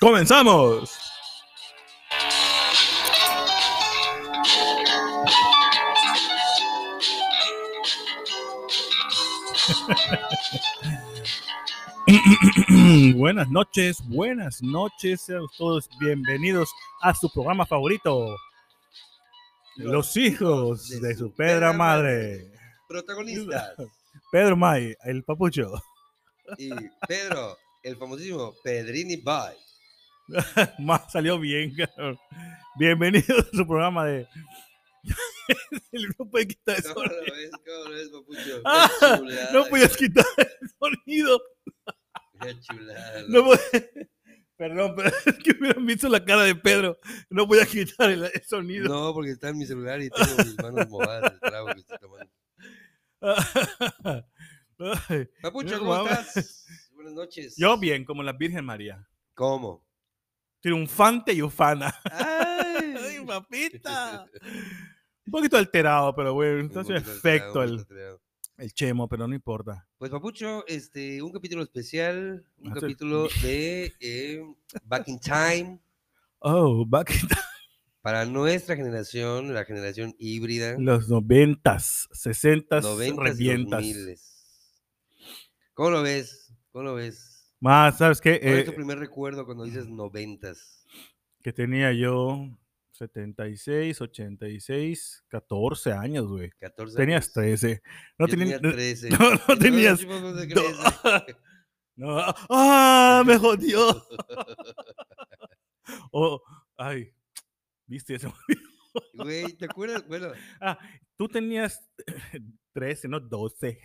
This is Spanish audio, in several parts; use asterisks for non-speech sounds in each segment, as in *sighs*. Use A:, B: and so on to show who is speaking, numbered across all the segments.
A: ¡Comenzamos! *laughs* buenas noches, buenas noches, sean todos bienvenidos a su programa favorito, Los hijos de, su pedra madre. *laughs*
B: Protagonistas.
A: Pedro May, el papucho.
B: Y Pedro, el famosísimo
A: *laughs*
B: Pedrini Bye.
A: Más salió bien, cabrón. Bienvenidos a su programa de. *laughs* el no puede quitar el
B: ¿Cómo
A: sonido.
B: lo ves? ¿Cómo lo ves,
A: *laughs*
B: papucho?
A: Ah,
B: Qué chulada,
A: No podías quitar el sonido.
B: Qué chulada.
A: No pod- *laughs* Perdón, pero es que hubieran visto la cara de Pedro. No podía quitar el, el sonido.
B: No, porque está en mi celular y tengo mis manos mojadas del trago que estoy tomando.
A: Ay,
B: Papucho,
A: Mira
B: ¿cómo
A: cómo habla.
B: estás? Buenas
A: *laughs*
B: noches.
A: Yo bien, como la Virgen María.
B: ¿Cómo?
A: Triunfante y ufana. *laughs*
B: *laughs* Ay,
A: ¡Ay, papita! Un poquito alterado, pero bueno, entonces perfecto el, el chemo, pero no importa.
B: Pues Papucho, este, un capítulo especial, un
A: Hace- *laughs*
B: capítulo de eh, Back in Time
A: Oh, back in
B: para nuestra generación, la generación híbrida.
A: los noventas, sesentas,
B: 90
A: revientas.
B: ¿Cómo lo ves? ¿Cómo lo ves?
A: Más, ¿sabes qué?
B: ¿Cuál es tu
A: Eh,
B: primer recuerdo cuando dices noventas?
A: que tenía yo 76, 86, 14 años, güey.
B: 14
A: Tenías 13. No tenía...
B: tenías 13.
A: no, no
B: Yo también
A: tenías-
B: soy papá de
A: no.
B: 13.
A: No, *laughs* ¡Ah! ¡Me *laughs* jodió! Oh, ay, viste eso.
B: *laughs*
A: *laughs*
B: Güey, ¿te acuerdas? Bueno,
A: Tú tenías *laughs* 13, no 12.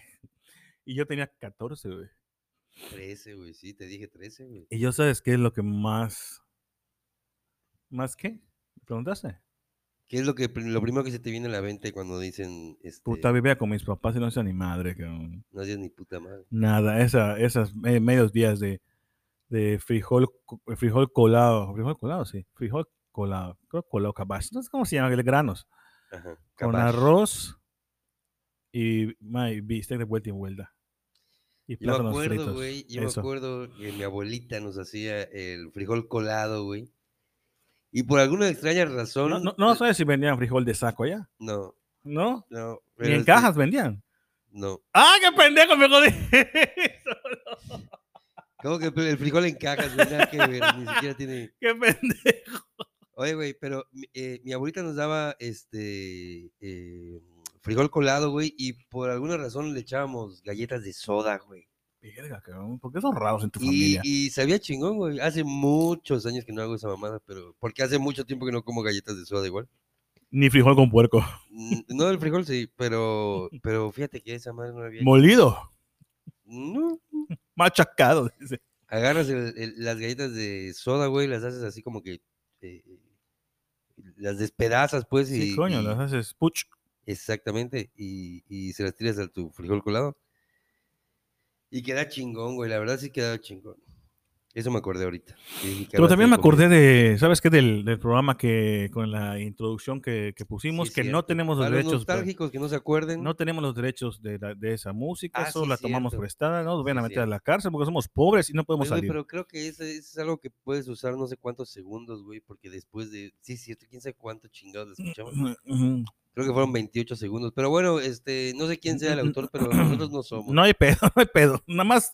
A: Y yo tenía 14, güey.
B: 13, güey, sí, te dije 13, güey.
A: Y yo sabes qué es lo que más... ¿Más qué? ¿Me preguntaste?
B: ¿Qué es lo que prim- lo primero que se te viene a la mente cuando dicen este,
A: Puta, vivía con mis papás y no hacía ni madre, cabrón.
B: no hacías ni puta madre?
A: Nada, esa, esas me- medios días de, de frijol, co- frijol colado, frijol colado, sí, frijol colado, creo colado capaz, no sé cómo se llama, el granos,
B: Ajá.
A: con
B: capaz.
A: arroz y may, bistec de vuelta y vuelta. Y
B: Yo me
A: plátanos
B: acuerdo,
A: fritos.
B: güey, yo
A: eso.
B: me acuerdo que mi abuelita nos hacía el frijol colado, güey. Y por alguna extraña razón.
A: No, no, no sabes si vendían frijol de saco allá,
B: No,
A: ¿no?
B: no.
A: Ni
B: pero
A: en
B: este,
A: cajas vendían.
B: No.
A: ¡Ah, qué pendejo me jodí! *laughs* eso!
B: ¿Cómo que el frijol en cajas, güey? Nada que ver, ni siquiera tiene.
A: ¡Qué pendejo!
B: Oye, güey, pero mi- eh, mi abuelita nos daba este eh, frijol colado, güey, y por alguna razón le echábamos galletas de soda, güey.
A: Verga, cabrón, ¿por qué son raros en tu
B: Y,
A: familia?
B: y sabía chingón, güey. Hace muchos años que no hago esa mamada, pero porque hace mucho tiempo que no como galletas de soda igual.
A: Ni frijol con puerco.
B: Mm, No del frijol, sí, pero, pero fíjate que esa madre no la había. hecho.
A: Molido,
B: No.
A: machacado, dice.
B: Agarras el- el- las galletas de soda, güey, las haces así como que. eh, las despedazas, pues.
A: Sí,
B: y,
A: coño,
B: y-
A: las haces puch.
B: Exactamente. Y, y se las tiras a tu frijol colado. Y queda chingón, güey. La verdad sí queda chingón. Eso me acordé ahorita. que dije que
A: Pero
B: hablaste
A: también
B: de
A: me
B: comida.
A: acordé de, ¿sabes qué? Del, del programa que con la introducción que, que
B: Sí,
A: pusimos,
B: es
A: que no
B: cierto.
A: tenemos los
B: Para
A: derechos. pero-
B: nostálgicos que no se acuerden.
A: No tenemos los derechos de, la- de esa música,
B: Ah, sí,
A: solo la tomamos
B: cierto.
A: prestada, no nos van a
B: Sí,
A: meter a la cárcel porque somos pobres y no podemos
B: Oye, güey,
A: salir.
B: pero creo que ese, ese es algo que puedes usar no sé cuántos segundos, güey, porque después de. Sí, es cierto, quién sabe cuánto chingados
A: Mm,
B: lo escuchamos.
A: *laughs* Ujú.
B: Creo que fueron 28 segundos. Pero bueno, este, no sé quién sea el autor, pero nosotros
A: *clears throat*
B: no somos.
A: No hay pedo, *laughs* no hay pedo. Nada más,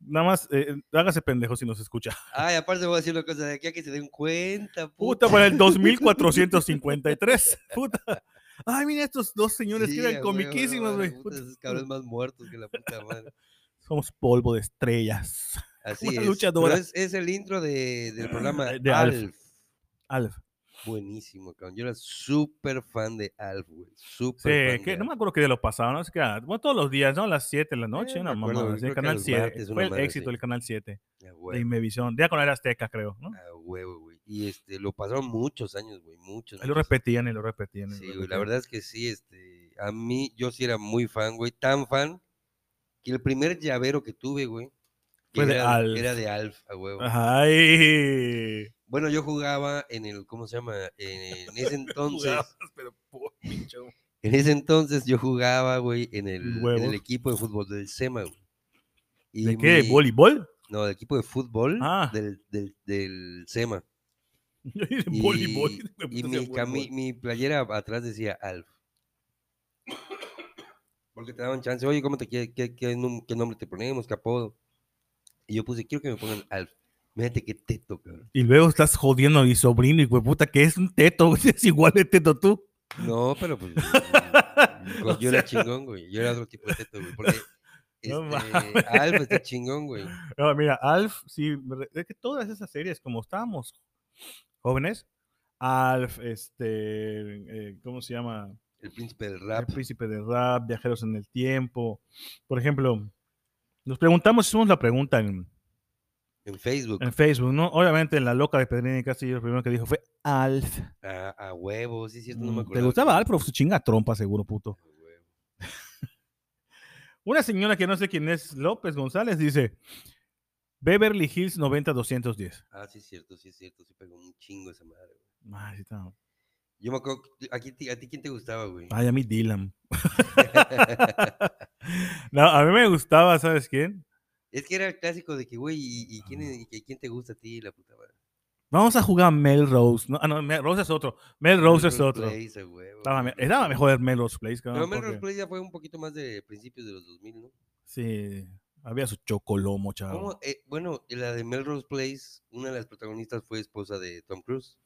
A: nada más, eh, hágase pendejo si nos
B: *laughs*
A: escucha.
B: Ay, aparte voy a decir una cosa de aquí a que se den cuenta,
A: Puta,
B: puta.
A: para el 2453. *laughs* Puta. Ay, mira estos dos señores
B: Sí,
A: que eran
B: a huevo, no
A: comiquísimos,
B: mames,
A: güey.
B: puta,
A: Puta.
B: Esos cabrones más muertos que la puta madre.
A: Somos polvo de estrellas.
B: Así
A: Una
B: es.
A: luchadora.
B: Pero es. Es el intro de, del programa
A: De Alf.
B: Alf.
A: Alf.
B: Buenísimo, cabrón. Yo era súper fan de Alf, güey.
A: Sí,
B: Súper fan.
A: que
B: de
A: no
B: Alf.
A: me acuerdo qué día lo pasaba, no sé qué, era, bueno, todos los días, ¿no? A las 7 de la noche,
B: Eh, me
A: una
B: acuerdo,
A: mamada,
B: yo
A: así,
B: creo que
A: Canal
B: los
A: 7,
B: martes, una
A: fue el
B: madre
A: éxito
B: así.
A: del Canal 7,
B: A
A: de
B: huevo.
A: Imevisión, ya con era Azteca, creo, ¿no?
B: A huevo, güey. Y este, lo pasaron muchos años, güey. Muchos.
A: Ahí lo
B: muchos.
A: repetían y lo repetían. y lo
B: pues, Sí, güey. La
A: repetían.
B: verdad es que sí, este. A mí, yo sí era muy fan, güey. Tan fan que el primer llavero que tuve, güey. que
A: Fue de
B: era,
A: Alf.
B: era de Alf, a huevo.
A: Ay, *laughs*
B: Bueno, yo jugaba en el, ¿cómo se llama? Eh, En, en
A: *laughs*
B: ese entonces,
A: jugabas, pero por pincho.
B: en ese entonces yo jugaba, güey, en el, en el
A: Huevos.
B: equipo de fútbol del SEMA, güey. Y
A: ¿De qué?
B: mi-
A: ¿Voleibol? *laughs*
B: No, del equipo de fútbol
A: Ah.
B: del, del, del SEMA.
A: Y, *laughs*
B: Y,
A: voleibol.
B: y mi, cami- mi playera atrás decía Alf. Porque te daban chance, oye, ¿cómo te, qué, qué, qué nom- qué nombre te ponemos? ¿Qué apodo? Y yo puse, quiero que me pongan Alf. Mírate qué teto, cabrón.
A: Y luego estás jodiendo a mi sobrino y güey, puta, que es un teto, *laughs* güey, es igual de teto tú.
B: No,
A: *laughs*
B: pero pues.
A: O
B: yo era
A: sea.
B: chingón, güey. Yo era otro tipo de teto, güey. Porque
A: *laughs* No
B: este, Alf está chingón, güey.
A: No, mira, Alf, sí, me re- es que todas esas series, como estábamos jóvenes, Alf, este, eh, ¿cómo se llama?
B: El príncipe del
A: El
B: rap.
A: príncipe de rap, viajeros en el tiempo. Por ejemplo, nos preguntamos, hicimos la pregunta en,
B: En Facebook.
A: en Facebook, ¿no? Obviamente, en la loca de Pedrini y Castillo, lo primero que dijo fue Alf.
B: A, a huevo, sí, es cierto, no
A: Mm,
B: me
A: ¿Te
B: acuerdo.
A: gustaba Alf? Pero su chinga trompa, seguro, puto. Una señora que no sé quién es, López González, dice Beverly Hills 90210.
B: Ah, sí, es cierto, sí, es cierto. Sí, pegó un chingo esa madre. güey.
A: Ay, sí está.
B: Yo me acuerdo. que- Aquí, ti- ¿A ti quién te gustaba, güey?
A: Ay, a mí
B: *laughs*
A: Dylan. no, a mí me gustaba, ¿sabes quién?
B: Es que era el clásico de que, güey, ¿y, y
A: Ah.
B: quién, es- y que- quién te gusta a ti? La puta madre.
A: Vamos a jugar Melrose. No, ah, no, Melrose es otro. Melrose es otro.
B: Place, a huevo,
A: Estaba, me-
B: Melrose
A: estaba
B: Place.
A: mejor Melrose Place. cabrón,
B: Pero Melrose
A: porque-
B: Place ya fue un poquito más de principios de los 2000, ¿no?
A: Sí, había su chocolomo,
B: ¿Cómo?
A: chavo.
B: Eh, bueno, en la de Melrose Place, una de las protagonistas fue esposa de Tom Cruise.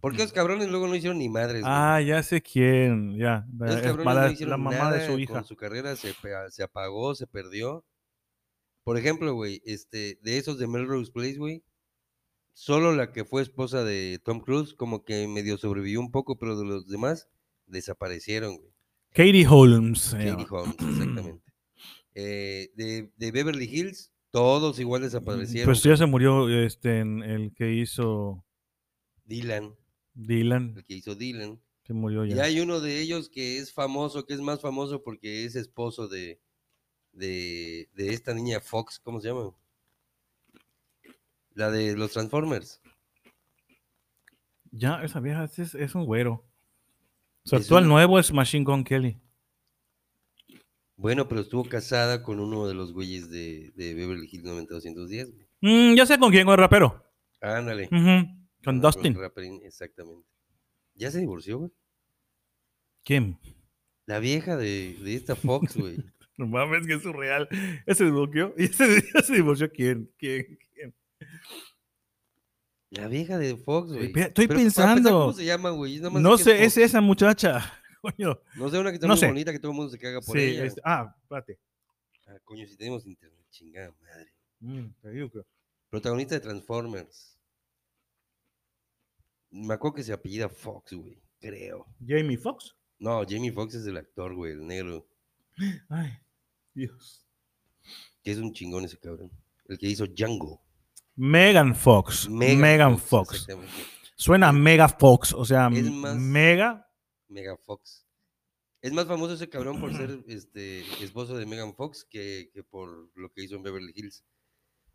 B: ¿Por
A: Mm.
B: qué los cabrones luego no hicieron ni madres? güey?
A: Ah, ya sé quién. Ya.
B: Esos
A: es
B: cabrones
A: mala-
B: no hicieron
A: la mamá de
B: nada
A: su hija.
B: Con su carrera se, pe- se apagó, se perdió. Por ejemplo, güey, este, de esos de Melrose Place, güey, solo la que fue esposa de Tom Cruise como que medio sobrevivió un poco, pero de los demás desaparecieron, güey.
A: Katie Holmes. se llama.
B: Katie
A: *clears throat*
B: Holmes, exactamente. Eh, de, de Beverly Hills, todos igual desaparecieron.
A: Pues
B: güey.
A: ya se murió este, en el que hizo
B: Dylan,
A: Dylan.
B: el que hizo Dylan.
A: Se murió
B: Y
A: ya.
B: hay uno de ellos que es famoso, que es más famoso porque es esposo de, de, de esta niña Fox, ¿cómo se llama? La de los Transformers.
A: Ya, esa vieja es, es un güero. Su
B: Es
A: actual
B: un-
A: nuevo es Machine Gun Kelly.
B: Bueno, pero estuvo casada con uno de los güeyes de, de Beverly Hills 90210. güey.
A: Mm, ya sé con quién, con el rapero.
B: Ándale.
A: Ujú, Con
B: Ándale,
A: Dustin.
B: el raperín, Exactamente. ¿Ya se divorció, güey?
A: ¿Quién?
B: La vieja de, de esta Fox, güey.
A: No mames, que es surreal. Ese divorció. *laughs* ¿Y ese, ese divorció quién? ¿Quién? ¿Quién?
B: La vieja de Fox, güey.
A: pe- estoy
B: Pero para empezar,
A: pensando.
B: ¿Cómo se llama, güey? Yo nada más
A: No
B: sé que
A: sé, es
B: Fox.
A: esa muchacha. *laughs* Coño.
B: No sé, una que está
A: no
B: muy
A: sé.
B: bonita que todo el mundo se caga por
A: Sí,
B: ella.
A: es- ah, espérate.
B: Ah, coño, si tenemos internet, chingada madre.
A: Mm, te digo que-
B: Protagonista de Transformers. Me acuerdo que se apellida Fox, güey. Creo.
A: Jamie Foxx.
B: No, Jamie Fox es el actor, güey, el negro.
A: Ay, Dios.
B: Que es un chingón ese cabrón. El que hizo Django.
A: Megan Fox. Megan, Fox.
B: exactamente.
A: Suena a Mega Fox, o sea,
B: Es más-
A: Mega.
B: Mega Fox. Es más famoso ese cabrón por ser *clears throat* este, esposo de Megan Fox que, que por lo que hizo en Beverly Hills.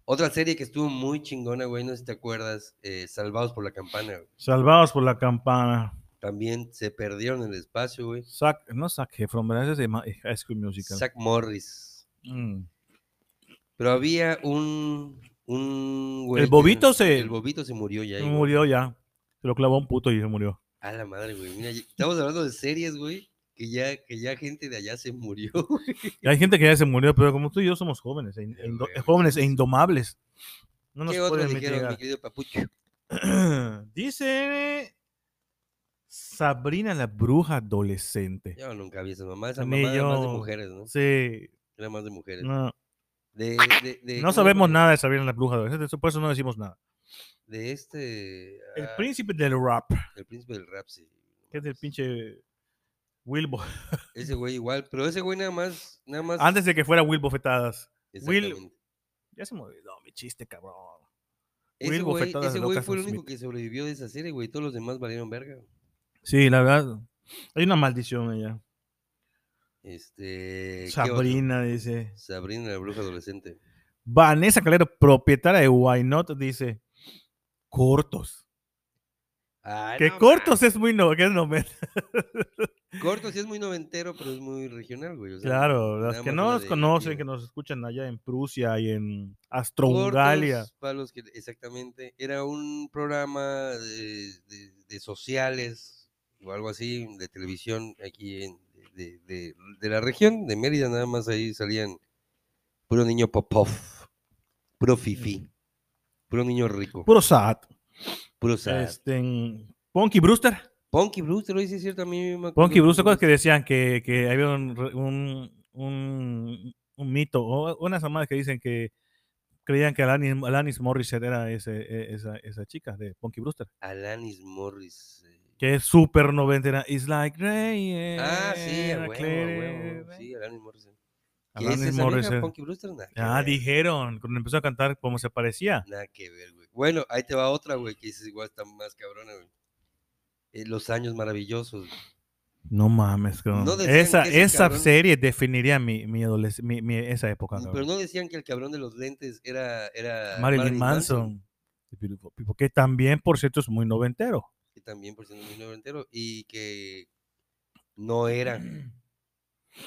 B: Otra serie que estuvo muy chingona, güey, no sé si te acuerdas, eh, Salvados por la Campana. güey.
A: Salvados por la campana.
B: También se perdieron en el espacio, güey.
A: Zac- no Zac Efron, ¿verdad? Ese es de Ma- High School Musical.
B: Zack Morris.
A: Mm.
B: Pero había un. un güey
A: El
B: que-
A: Bobito se-
B: El bobito se murió ya. güey.
A: Murió ya. Se lo clavó un puto y se murió.
B: A la madre, güey. Mira, ya- estamos hablando de series, güey. Que ya, que ya gente de allá se murió. *laughs* güey.
A: Y hay gente que ya se murió, pero como tú y yo somos jóvenes, e in- e indo-
B: güey.
A: jóvenes e indomables. No nos
B: ¿Qué otro
A: pueden
B: dijeron, mi
A: mitigar.
B: querido Papucho?
A: *clears throat* Dice Sabrina la bruja adolescente.
B: Yo nunca vi esa mamá. Esa
A: Ni
B: mamá era más de
A: yo.
B: mujeres, ¿no?
A: Sí,
B: Era más de mujeres.
A: no,
B: De, de- de-
A: no
B: ¿cómo se
A: sabemos
B: llama?
A: nada de Sabrina la bruja adolescente, eso- por eso no decimos nada.
B: De este.
A: El
B: ah,
A: príncipe del rap,
B: el príncipe del rap, sí.
A: que es del pinche Wilbo.
B: Pues Ese güey igual. Pero ese güey nada más. Nada más
A: Antes de que fuera Wilbo Fetadas. Will-
B: exactamente.
A: Ya se me olvidó mi chiste, cabrón.
B: Ese
A: Will
B: güey
A: Bofetadas
B: ese
A: de
B: güey
A: Lucas
B: fue el
A: Smith.
B: único que sobrevivió de esa serie, güey. Todos los demás valieron verga.
A: Sí, la verdad. Hay una maldición allá.
B: Este. Eh, ¿qué otro?
A: Sabrina dice.
B: Sabrina la bruja adolescente.
A: Vanessa Calero, propietaria de Why Not, dice cortos.
B: Ay,
A: Que
B: no
A: cortos *laughs*
B: Ah, mames.
A: es muy no, que es no me-
B: Corto sí es muy noventero, pero es muy regional, güey. o sea,
A: Claro, las
B: nada
A: que
B: más
A: no
B: una
A: nos
B: de
A: conocen,
B: Kira.
A: que nos escuchan allá en Prusia y en
B: Cortos
A: Austro-Hungaria.
B: para los que, exactamente. Era un programa de, de- de sociales o algo así, de televisión aquí en- de, de- de la región de Mérida, nada más ahí salían puro niño popov, puro fifi, puro niño rico,
A: Puro sad.
B: puro sad.
A: Este, en Punky Brewster.
B: Punky Brewster, lo dice cierto a mí. me acuerdo
A: Punky
B: que
A: Brewster,
B: me
A: cosas que decían que, que había un, re- un, un- un mito, o unas amadas que dicen que creían que Alanis, Alanis Morissette era ese, e- esa, esa chica de Punky Brewster,
B: Alanis Morris. eh.
A: que es súper noventera. It's like rain.
B: Ah, sí, a
A: a
B: huevo, a
A: clear
B: huevo.
A: day.
B: Sí, Alanis Morris. ¿Qué es
A: Alanis
B: esa vieja,
A: Morissette.
B: Punky Brewster? Nada que
A: Ah,
B: ver.
A: dijeron, cuando empezó a cantar, como se parecía.
B: Nada que ver, güey. Bueno, ahí te va otra, güey, que dices igual está más cabrona, güey. Eh, los años maravillosos. güey.
A: No mames, cabrón.
B: No decían
A: esa
B: que ese
A: esa
B: cabrón-
A: serie definiría mi, mi, adoles- mi- mi- esa época.
B: Pero
A: cabrón.
B: no decían que el cabrón de los lentes era. era
A: Marilyn Manson. The Beautiful People, Que también, por cierto, es muy noventero.
B: Que también, por siendo muy noventero. Y que no era.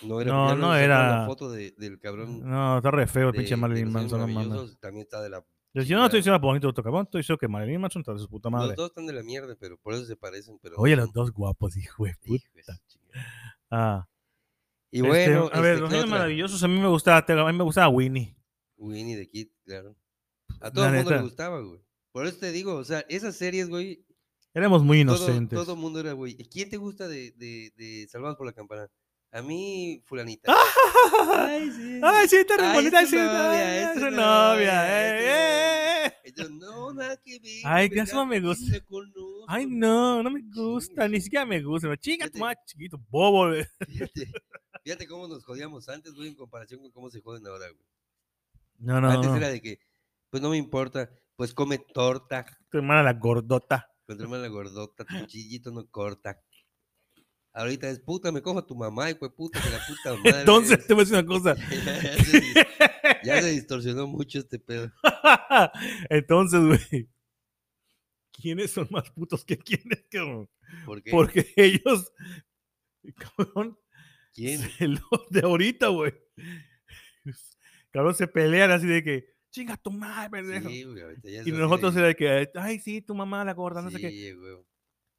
B: No era.
A: No,
B: porque ya luego
A: no
B: sacaron La
A: era.
B: foto de- del cabrón.
A: No, está re feo el
B: de- de
A: pinche Marilyn
B: Los Años
A: Manson. No mames.
B: Maravillosos, También está de la.
A: Yo, yo no estoy
B: chingada.
A: diciendo bonito otro cabrón, estoy diciendo que Marilyn Manson está de su puta madre.
B: Los dos están de la mierda, pero por eso se parecen. Pero
A: Oye,
B: no
A: los
B: son.
A: dos guapos, hijo de puta.
B: Hijo de su chingada.
A: Ah,
B: Y
A: este,
B: bueno.
A: a ver,
B: este,
A: los
B: ¿qué
A: niños
B: otra?
A: maravillosos, a mí me gustaba, te- a mí me gustaba Winnie.
B: Winnie the Kid, claro. A
A: La
B: todo el mundo le
A: neta.
B: gustaba, güey. Por eso te digo, o sea, esas series, güey,
A: Éramos muy
B: todo,
A: inocentes.
B: *laughs* todo mundo era, güey. ¿y ¿Quién te gusta de, de, de Salvados por la Campana? A mí,
A: *laughs*
B: fulanita. Ay, sí.
A: Ay, sí, está re
B: Ay,
A: bonita.
B: es su
A: sí,
B: novia,
A: ay,
B: es
A: es
B: su
A: su
B: novia,
A: novia.
B: es su
A: eh, eh, eh.
B: Y yo, no, nada que ver.
A: Ay,
B: güey,
A: eso no me
B: ni
A: gusta.
B: la conozco,
A: Ay,
B: ni-
A: no, no me
B: Chinga
A: gusta, ni
B: su-
A: siquiera me gusta. Pero chinga tu
B: Fíjate.
A: madre, chiquito, bobo. eh.
B: Fíjate, fíjate cómo nos jodíamos antes, güey, en comparación con cómo se joden ahora, güey.
A: No, no,
B: Antes
A: no.
B: era de que, pues no me importa, pues come torta,
A: Tu hermana la gordota.
B: Con tu hermana gordota, tu cuchillito no corta. Ahorita es puta, me cojo a tu mamá y pues puta, que la puta madre.
A: Entonces, te voy a decir una cosa.
B: *laughs* ya, se, dis- ya se distorsionó mucho este pedo.
A: *laughs* Entonces, güey. ¿Quiénes son más putos que quiénes, cabrón?
B: ¿Por qué?
A: Porque ellos, *laughs* cabrón, *laughs*
B: ¿Quién?
A: se los de ahorita, güey. *laughs* Cabrón, se pelean así de que, chinga tu madre, pendejo.
B: Sí, güey, ahorita ya
A: y nosotros era de que, ay, sí, tu mamá la gorda, no sé qué.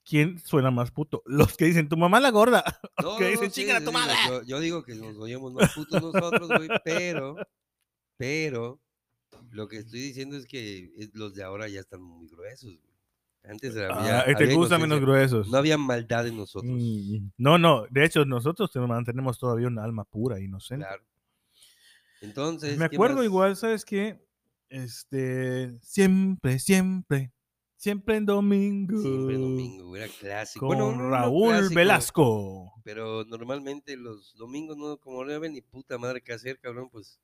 A: ¿Quién suena más puto? Los que dicen, tu mamá la gorda. *laughs* Los que dicen, chinga a tu madre.
B: Yo, yo digo que nos oímos más putos nosotros, güey, pero, pero, lo que estoy diciendo es que es- los de ahora ya están muy gruesos, güey. Antes había.
A: Ah, eh, te
B: había
A: gustan menos
B: inocencia,
A: gruesos.
B: No había maldad en nosotros.
A: Mm, No, no, de hecho nosotros te- mantenemos todavía un alma pura, inocente.
B: Claro. Entonces.
A: Me
B: ¿qué
A: acuerdo
B: más?
A: igual, ¿sabes qué? Este, siempre, siempre, siempre en domingo.
B: Siempre domingo, era clásico.
A: Con
B: Bueno, no, no
A: Raúl
B: clásico,
A: Velasco.
B: Pero normalmente los domingos, no, como no había ni puta madre que hacer, cabrón, pues.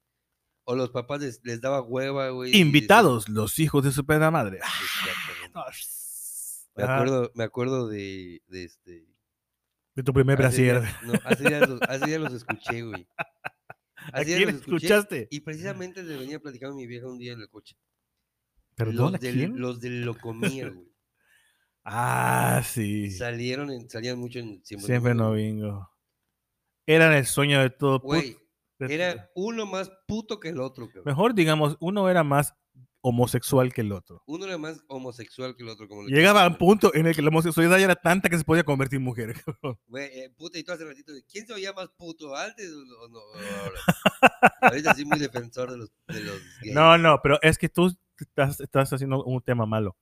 B: O los papás les, les daba hueva, güey. y decían- pues,
A: Invitados, los hijos de su perra madre. Ah,
B: Exactamente. Me
A: Ajá,
B: acuerdo, me acuerdo de, de este.
A: de tu primer
B: hace
A: brasier. *laughs*
B: días- no, hace días los, hace días los escuché, güey.
A: ¿A
B: Hace días
A: quién
B: los escuché,
A: escuchaste?
B: Y precisamente le venía platicando a mi vieja un día en el coche.
A: Perdón, ¿a
B: los, del,
A: quién?
B: los del Locomía, güey.
A: Ah, *laughs* sí.
B: Salieron en- salían mucho en Siempre,
A: Siempre en
B: Domingo, güey.
A: domingo. Eran el sueño de todo. put- eh.
B: Güey,
A: de-
B: era uno más puto que el otro, cabrón.
A: *laughs* Mejor digamos, uno era más homosexual que el otro.
B: Uno era más homosexual que el otro. Como lo
A: Llegaba a
B: quieras
A: un
B: ver.
A: punto en el que la homosexualidad ya era tanta que se podía convertir en mujer. *laughs* cabrón.
B: Güey, eh, puta, y tú hace ratito, ¿quién se oía más puto antes
A: *laughs*
B: o o no? o ahora? Ahorita sí muy defensor de los, de los gays.
A: No, no, pero es que tú estás, estás haciendo un tema malo.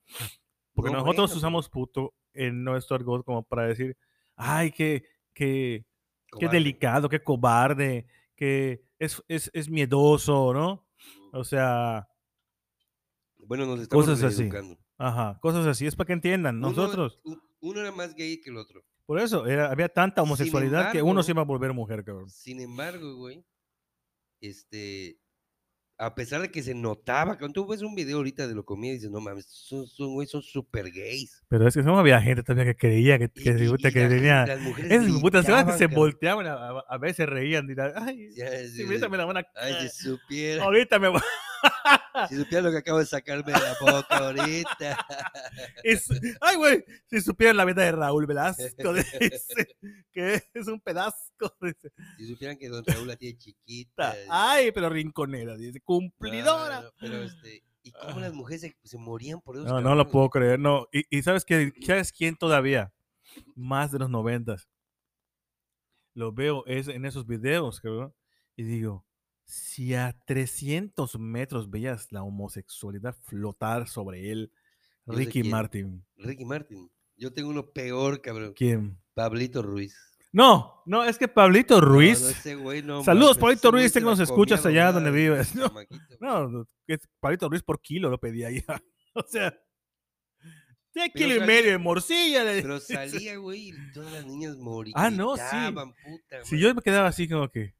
A: Porque
B: No,
A: nosotros
B: bueno,
A: usamos puto en nuestro argot como para decir, ay, qué, qué, qué
B: cobarde.
A: delicado, qué cobarde, que es, es, es miedoso, ¿no? O sea,
B: Bueno, nos estamos
A: cosas así.
B: reeducando.
A: ajá, cosas así, es para que entiendan
B: Uno-
A: nosotros.
B: u- Uno, era más gay que el otro.
A: Por eso era- había tanta
B: Sin
A: homosexualidad que uno se
B: embargo,
A: iba a volver mujer, cabrón.
B: Sin embargo, güey, este, a pesar de que se notaba, cuando tú ves un video ahorita de lo comía y dices, no mames, son, son, güey, son super gays.
A: Pero es que no había gente todavía que creía que,
B: Y-
A: que,
B: y-
A: puta,
B: y
A: que
B: la-
A: tenía.
B: las mujeres
A: Esas putas se
B: gritaban,
A: se
B: cabrón.
A: volteaban, a, a- a veces reían, dirán, ay, *laughs*
B: Ya, sí,
A: si ahorita
B: sí.
A: me la van a...
B: Ay, si
A: *laughs*
B: supiera.
A: Ahorita me, va-
B: Si supieras lo que acabo de sacarme de la boca
A: *laughs*
B: ahorita.
A: Es- ay, güey, si supieran la vida de Raúl Velasco, *laughs* dice, que es un pedazco, dice.
B: Si supieran que Don Raúl la tiene chiquita.
A: Ay, pero rinconera, dice, cumplidora.
B: Eh, Claro, pero este, ¿y cómo las mujeres se, se morían por eso?
A: Ah. No, no lo puedo creer, no. Y, y sabes que sabes quién todavía, más de los noventas, lo veo es en esos videos, cabrón, y digo, si a 300 metros veías la homosexualidad flotar sobre él,
B: Yo sé
A: Ricky
B: quién.
A: Martin,
B: Ricky Martin. Yo tengo uno peor, cabrón.
A: ¿quién?
B: Pablito Ruiz.
A: No, no, es que Pablito
B: No, no,
A: Ruiz.
B: ese güey no
A: Saludos,
B: mames,
A: Pablito
B: ese güey
A: Ruiz,
B: se
A: sé que
B: la
A: nos
B: comía
A: escuchas allá
B: doblada
A: donde
B: de
A: vives, ¿no?
B: chamaquito, güey.
A: No, que es Pablito Ruiz por kilo lo pedía ya. *laughs* O sea, tiene
B: Pero
A: kilo y
B: salía-
A: medio de morcilla. le
B: Pero
A: dice.
B: salía, güey, y todas las niñas morían.
A: Ah, no, sí. Si yo me quedaba así como que.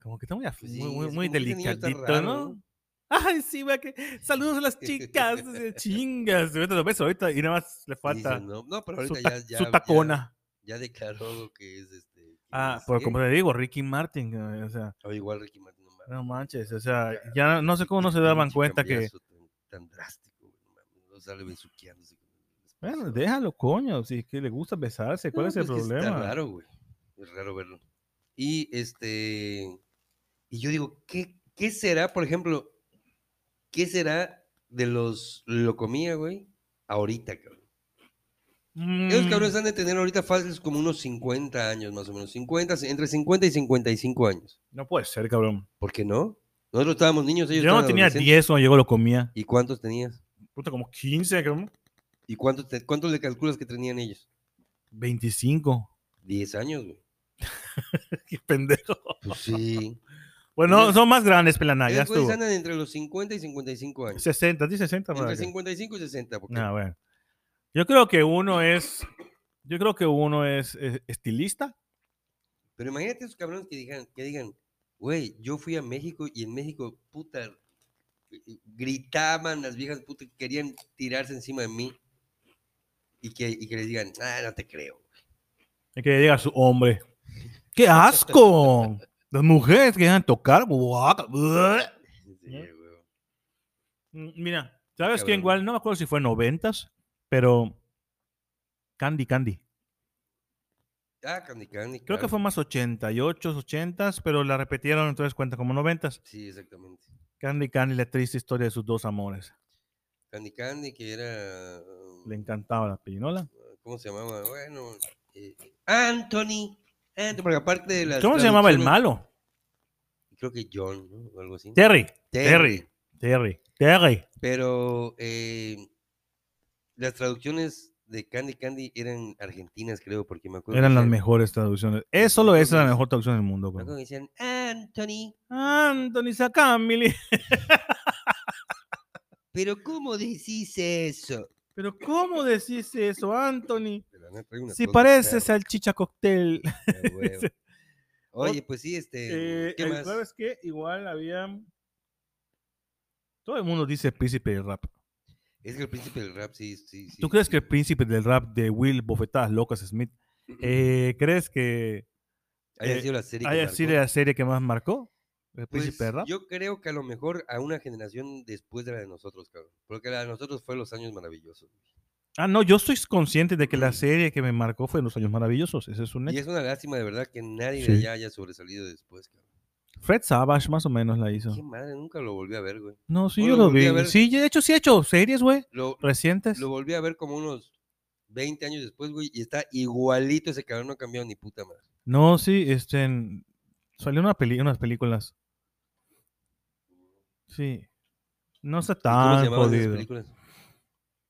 A: Como que está muy, af-
B: Pues
A: muy,
B: sí,
A: muy,
B: es
A: muy
B: como que ese niño está
A: delicadito,
B: raro,
A: ¿no?
B: ¿no?
A: *laughs* Ay, sí, vea que. Saludos a las
B: *laughs*
A: chicas. dice, Chingas. Ahorita lo ves ahorita y nada más le falta
B: No, no, pero
A: su,
B: ahorita
A: ta-
B: ya, ya,
A: su
B: ya-
A: tacona.
B: Ya, declaró que es este. que
A: Ah,
B: es
A: pero
B: gay.
A: como te digo, Ricky Martin. eh, O sea,
B: O igual Ricky Martin, no mames.
A: no manches. O sea,
B: Claro,
A: ya no sé
B: qué-
A: cómo
B: qué
A: no se daban
B: pinche
A: cuenta que.
B: cambiazo Tan, tan drástico, güey, no mames, no sale besuqueándose con el
A: Bueno,
B: esposo.
A: déjalo, coño. Si es que le gusta besarse, ¿cuál
B: No,
A: es el
B: pues que
A: problema?
B: Está raro, güey. Es raro verlo. Y este. Y yo digo, ¿qué, qué será, por ejemplo, qué será de los locomía, güey? Ahorita, cabrón. Esos cabrones
A: Mm,
B: han de tener ahorita fáciles como unos 50 años, más o menos. 50, entre 50 y 55 años.
A: No puede ser, cabrón.
B: ¿Por qué no? Nosotros estábamos niños, ellos
A: Yo no
B: estaban
A: tenía
B: adolescentes.
A: 10 cuando llegó, lo comía.
B: ¿Y cuántos tenías?
A: Puta, como 15, cabrón.
B: ¿Y cuántos, te- cuántos le calculas que tenían ellos?
A: 25.
B: 10 años, güey.
A: Qué *laughs* pendejo.
B: Pues sí.
A: *laughs* Bueno,
B: Entonces,
A: son más grandes, pelana, Ah, ya
B: Esos güeyes
A: estuvo.
B: andan entre los 50 y 55 años.
A: 60, di 60 para
B: Entre
A: que-
B: 55 y 60. Porque
A: Ah, bueno. Yo creo que uno es. Yo creo que uno es, eh, estilista.
B: Pero imagínate esos cabrones que digan, que digan, güey, yo fui a México y en México, puta, eh, eh, gritaban las viejas, puta, que querían tirarse encima de mí. Y que, y que les digan, ah, no te creo. *laughs*
A: Y que llega su hombre. ¡Qué asco! Las mujeres que dejan tocar. guaca, bleh.
B: Sí,
A: ¿Eh?
B: güey.
A: Mm, Mira, ¿sabes quién
B: cabrón.
A: igual? No me acuerdo si fue noventas, pero. Candy Candy.
B: Ah, Candy Candy.
A: Creo que
B: claro.
A: fue más 88, 80, pero la repitieron, entonces cuenta como noventas.
B: Sí, exactamente.
A: Candy Candy, la triste historia de sus dos amores.
B: Candy Candy, que era.
A: Le encantaba la piñola.
B: ¿Cómo se llamaba? Bueno, eh, Anthony. Anthony, porque aparte de las.
A: ¿Cómo se llamaba el
B: traducciones,
A: malo?
B: Creo que John, ¿no? O algo así.
A: Terry.
B: Terry.
A: Terry. Terry. Terry.
B: Pero eh, las traducciones de Candy Candy eran argentinas, creo, porque me acuerdo. que
A: Eran las
B: decían-
A: mejores traducciones. Es
B: Pues Sí,
A: solo
B: yo
A: esa es la
B: creo que
A: mejor traducción del mundo.
B: Me
A: bro.
B: acuerdo que decían Anthony,
A: Anthony Sacamili.
B: pero ¿cómo decís eso?
A: *laughs* Pero ¿cómo decís eso, Anthony?
B: Pero no, trae una
A: Si
B: cosa
A: parece
B: acá,
A: salchicha cóctel. *laughs*
B: a huevo. Oye, pues sí, este.
A: Eh,
B: ¿Qué
A: eh,
B: más?
A: ¿Sabes qué? Igual había... Todo el mundo dice príncipe del rap.
B: Es que el príncipe del rap, sí, sí. sí,
A: ¿Tú crees
B: sí,
A: que el
B: güey.
A: príncipe del rap de Will Bofetadas Locas Smith, eh, crees que eh,
B: haya sido la serie? que
A: haya
B: marcó?
A: sido la serie que más marcó? ¿El príncipe del
B: Pues,
A: rap?
B: Yo creo que a lo mejor a una generación después de la de nosotros, cabrón. Porque la de nosotros fue los años maravillosos.
A: Ah, no, yo soy consciente de que la serie que me marcó fue en Los Años Maravillosos. Ese es un
B: Y
A: hecho.
B: es una lástima de verdad que nadie
A: Sí.
B: de allá haya sobresalido después, cabrón.
A: Fred Savage más o menos la hizo.
B: Qué madre, nunca lo volví a ver, güey.
A: No, sí,
B: No
A: yo
B: lo
A: lo
B: volví
A: vi.
B: a ver.
A: Sí, de hecho sí he hecho series, güey,
B: Lo,
A: recientes.
B: lo volví a ver como unos 20 años después, güey, y está igualito ese cabrón, no ha cambiado ni puta madre.
A: No, sí, este, en- salió una peli unas películas. Sí. No está
B: ¿Y ¿Cómo se
A: tan
B: llamaban esas
A: jodido.
B: películas?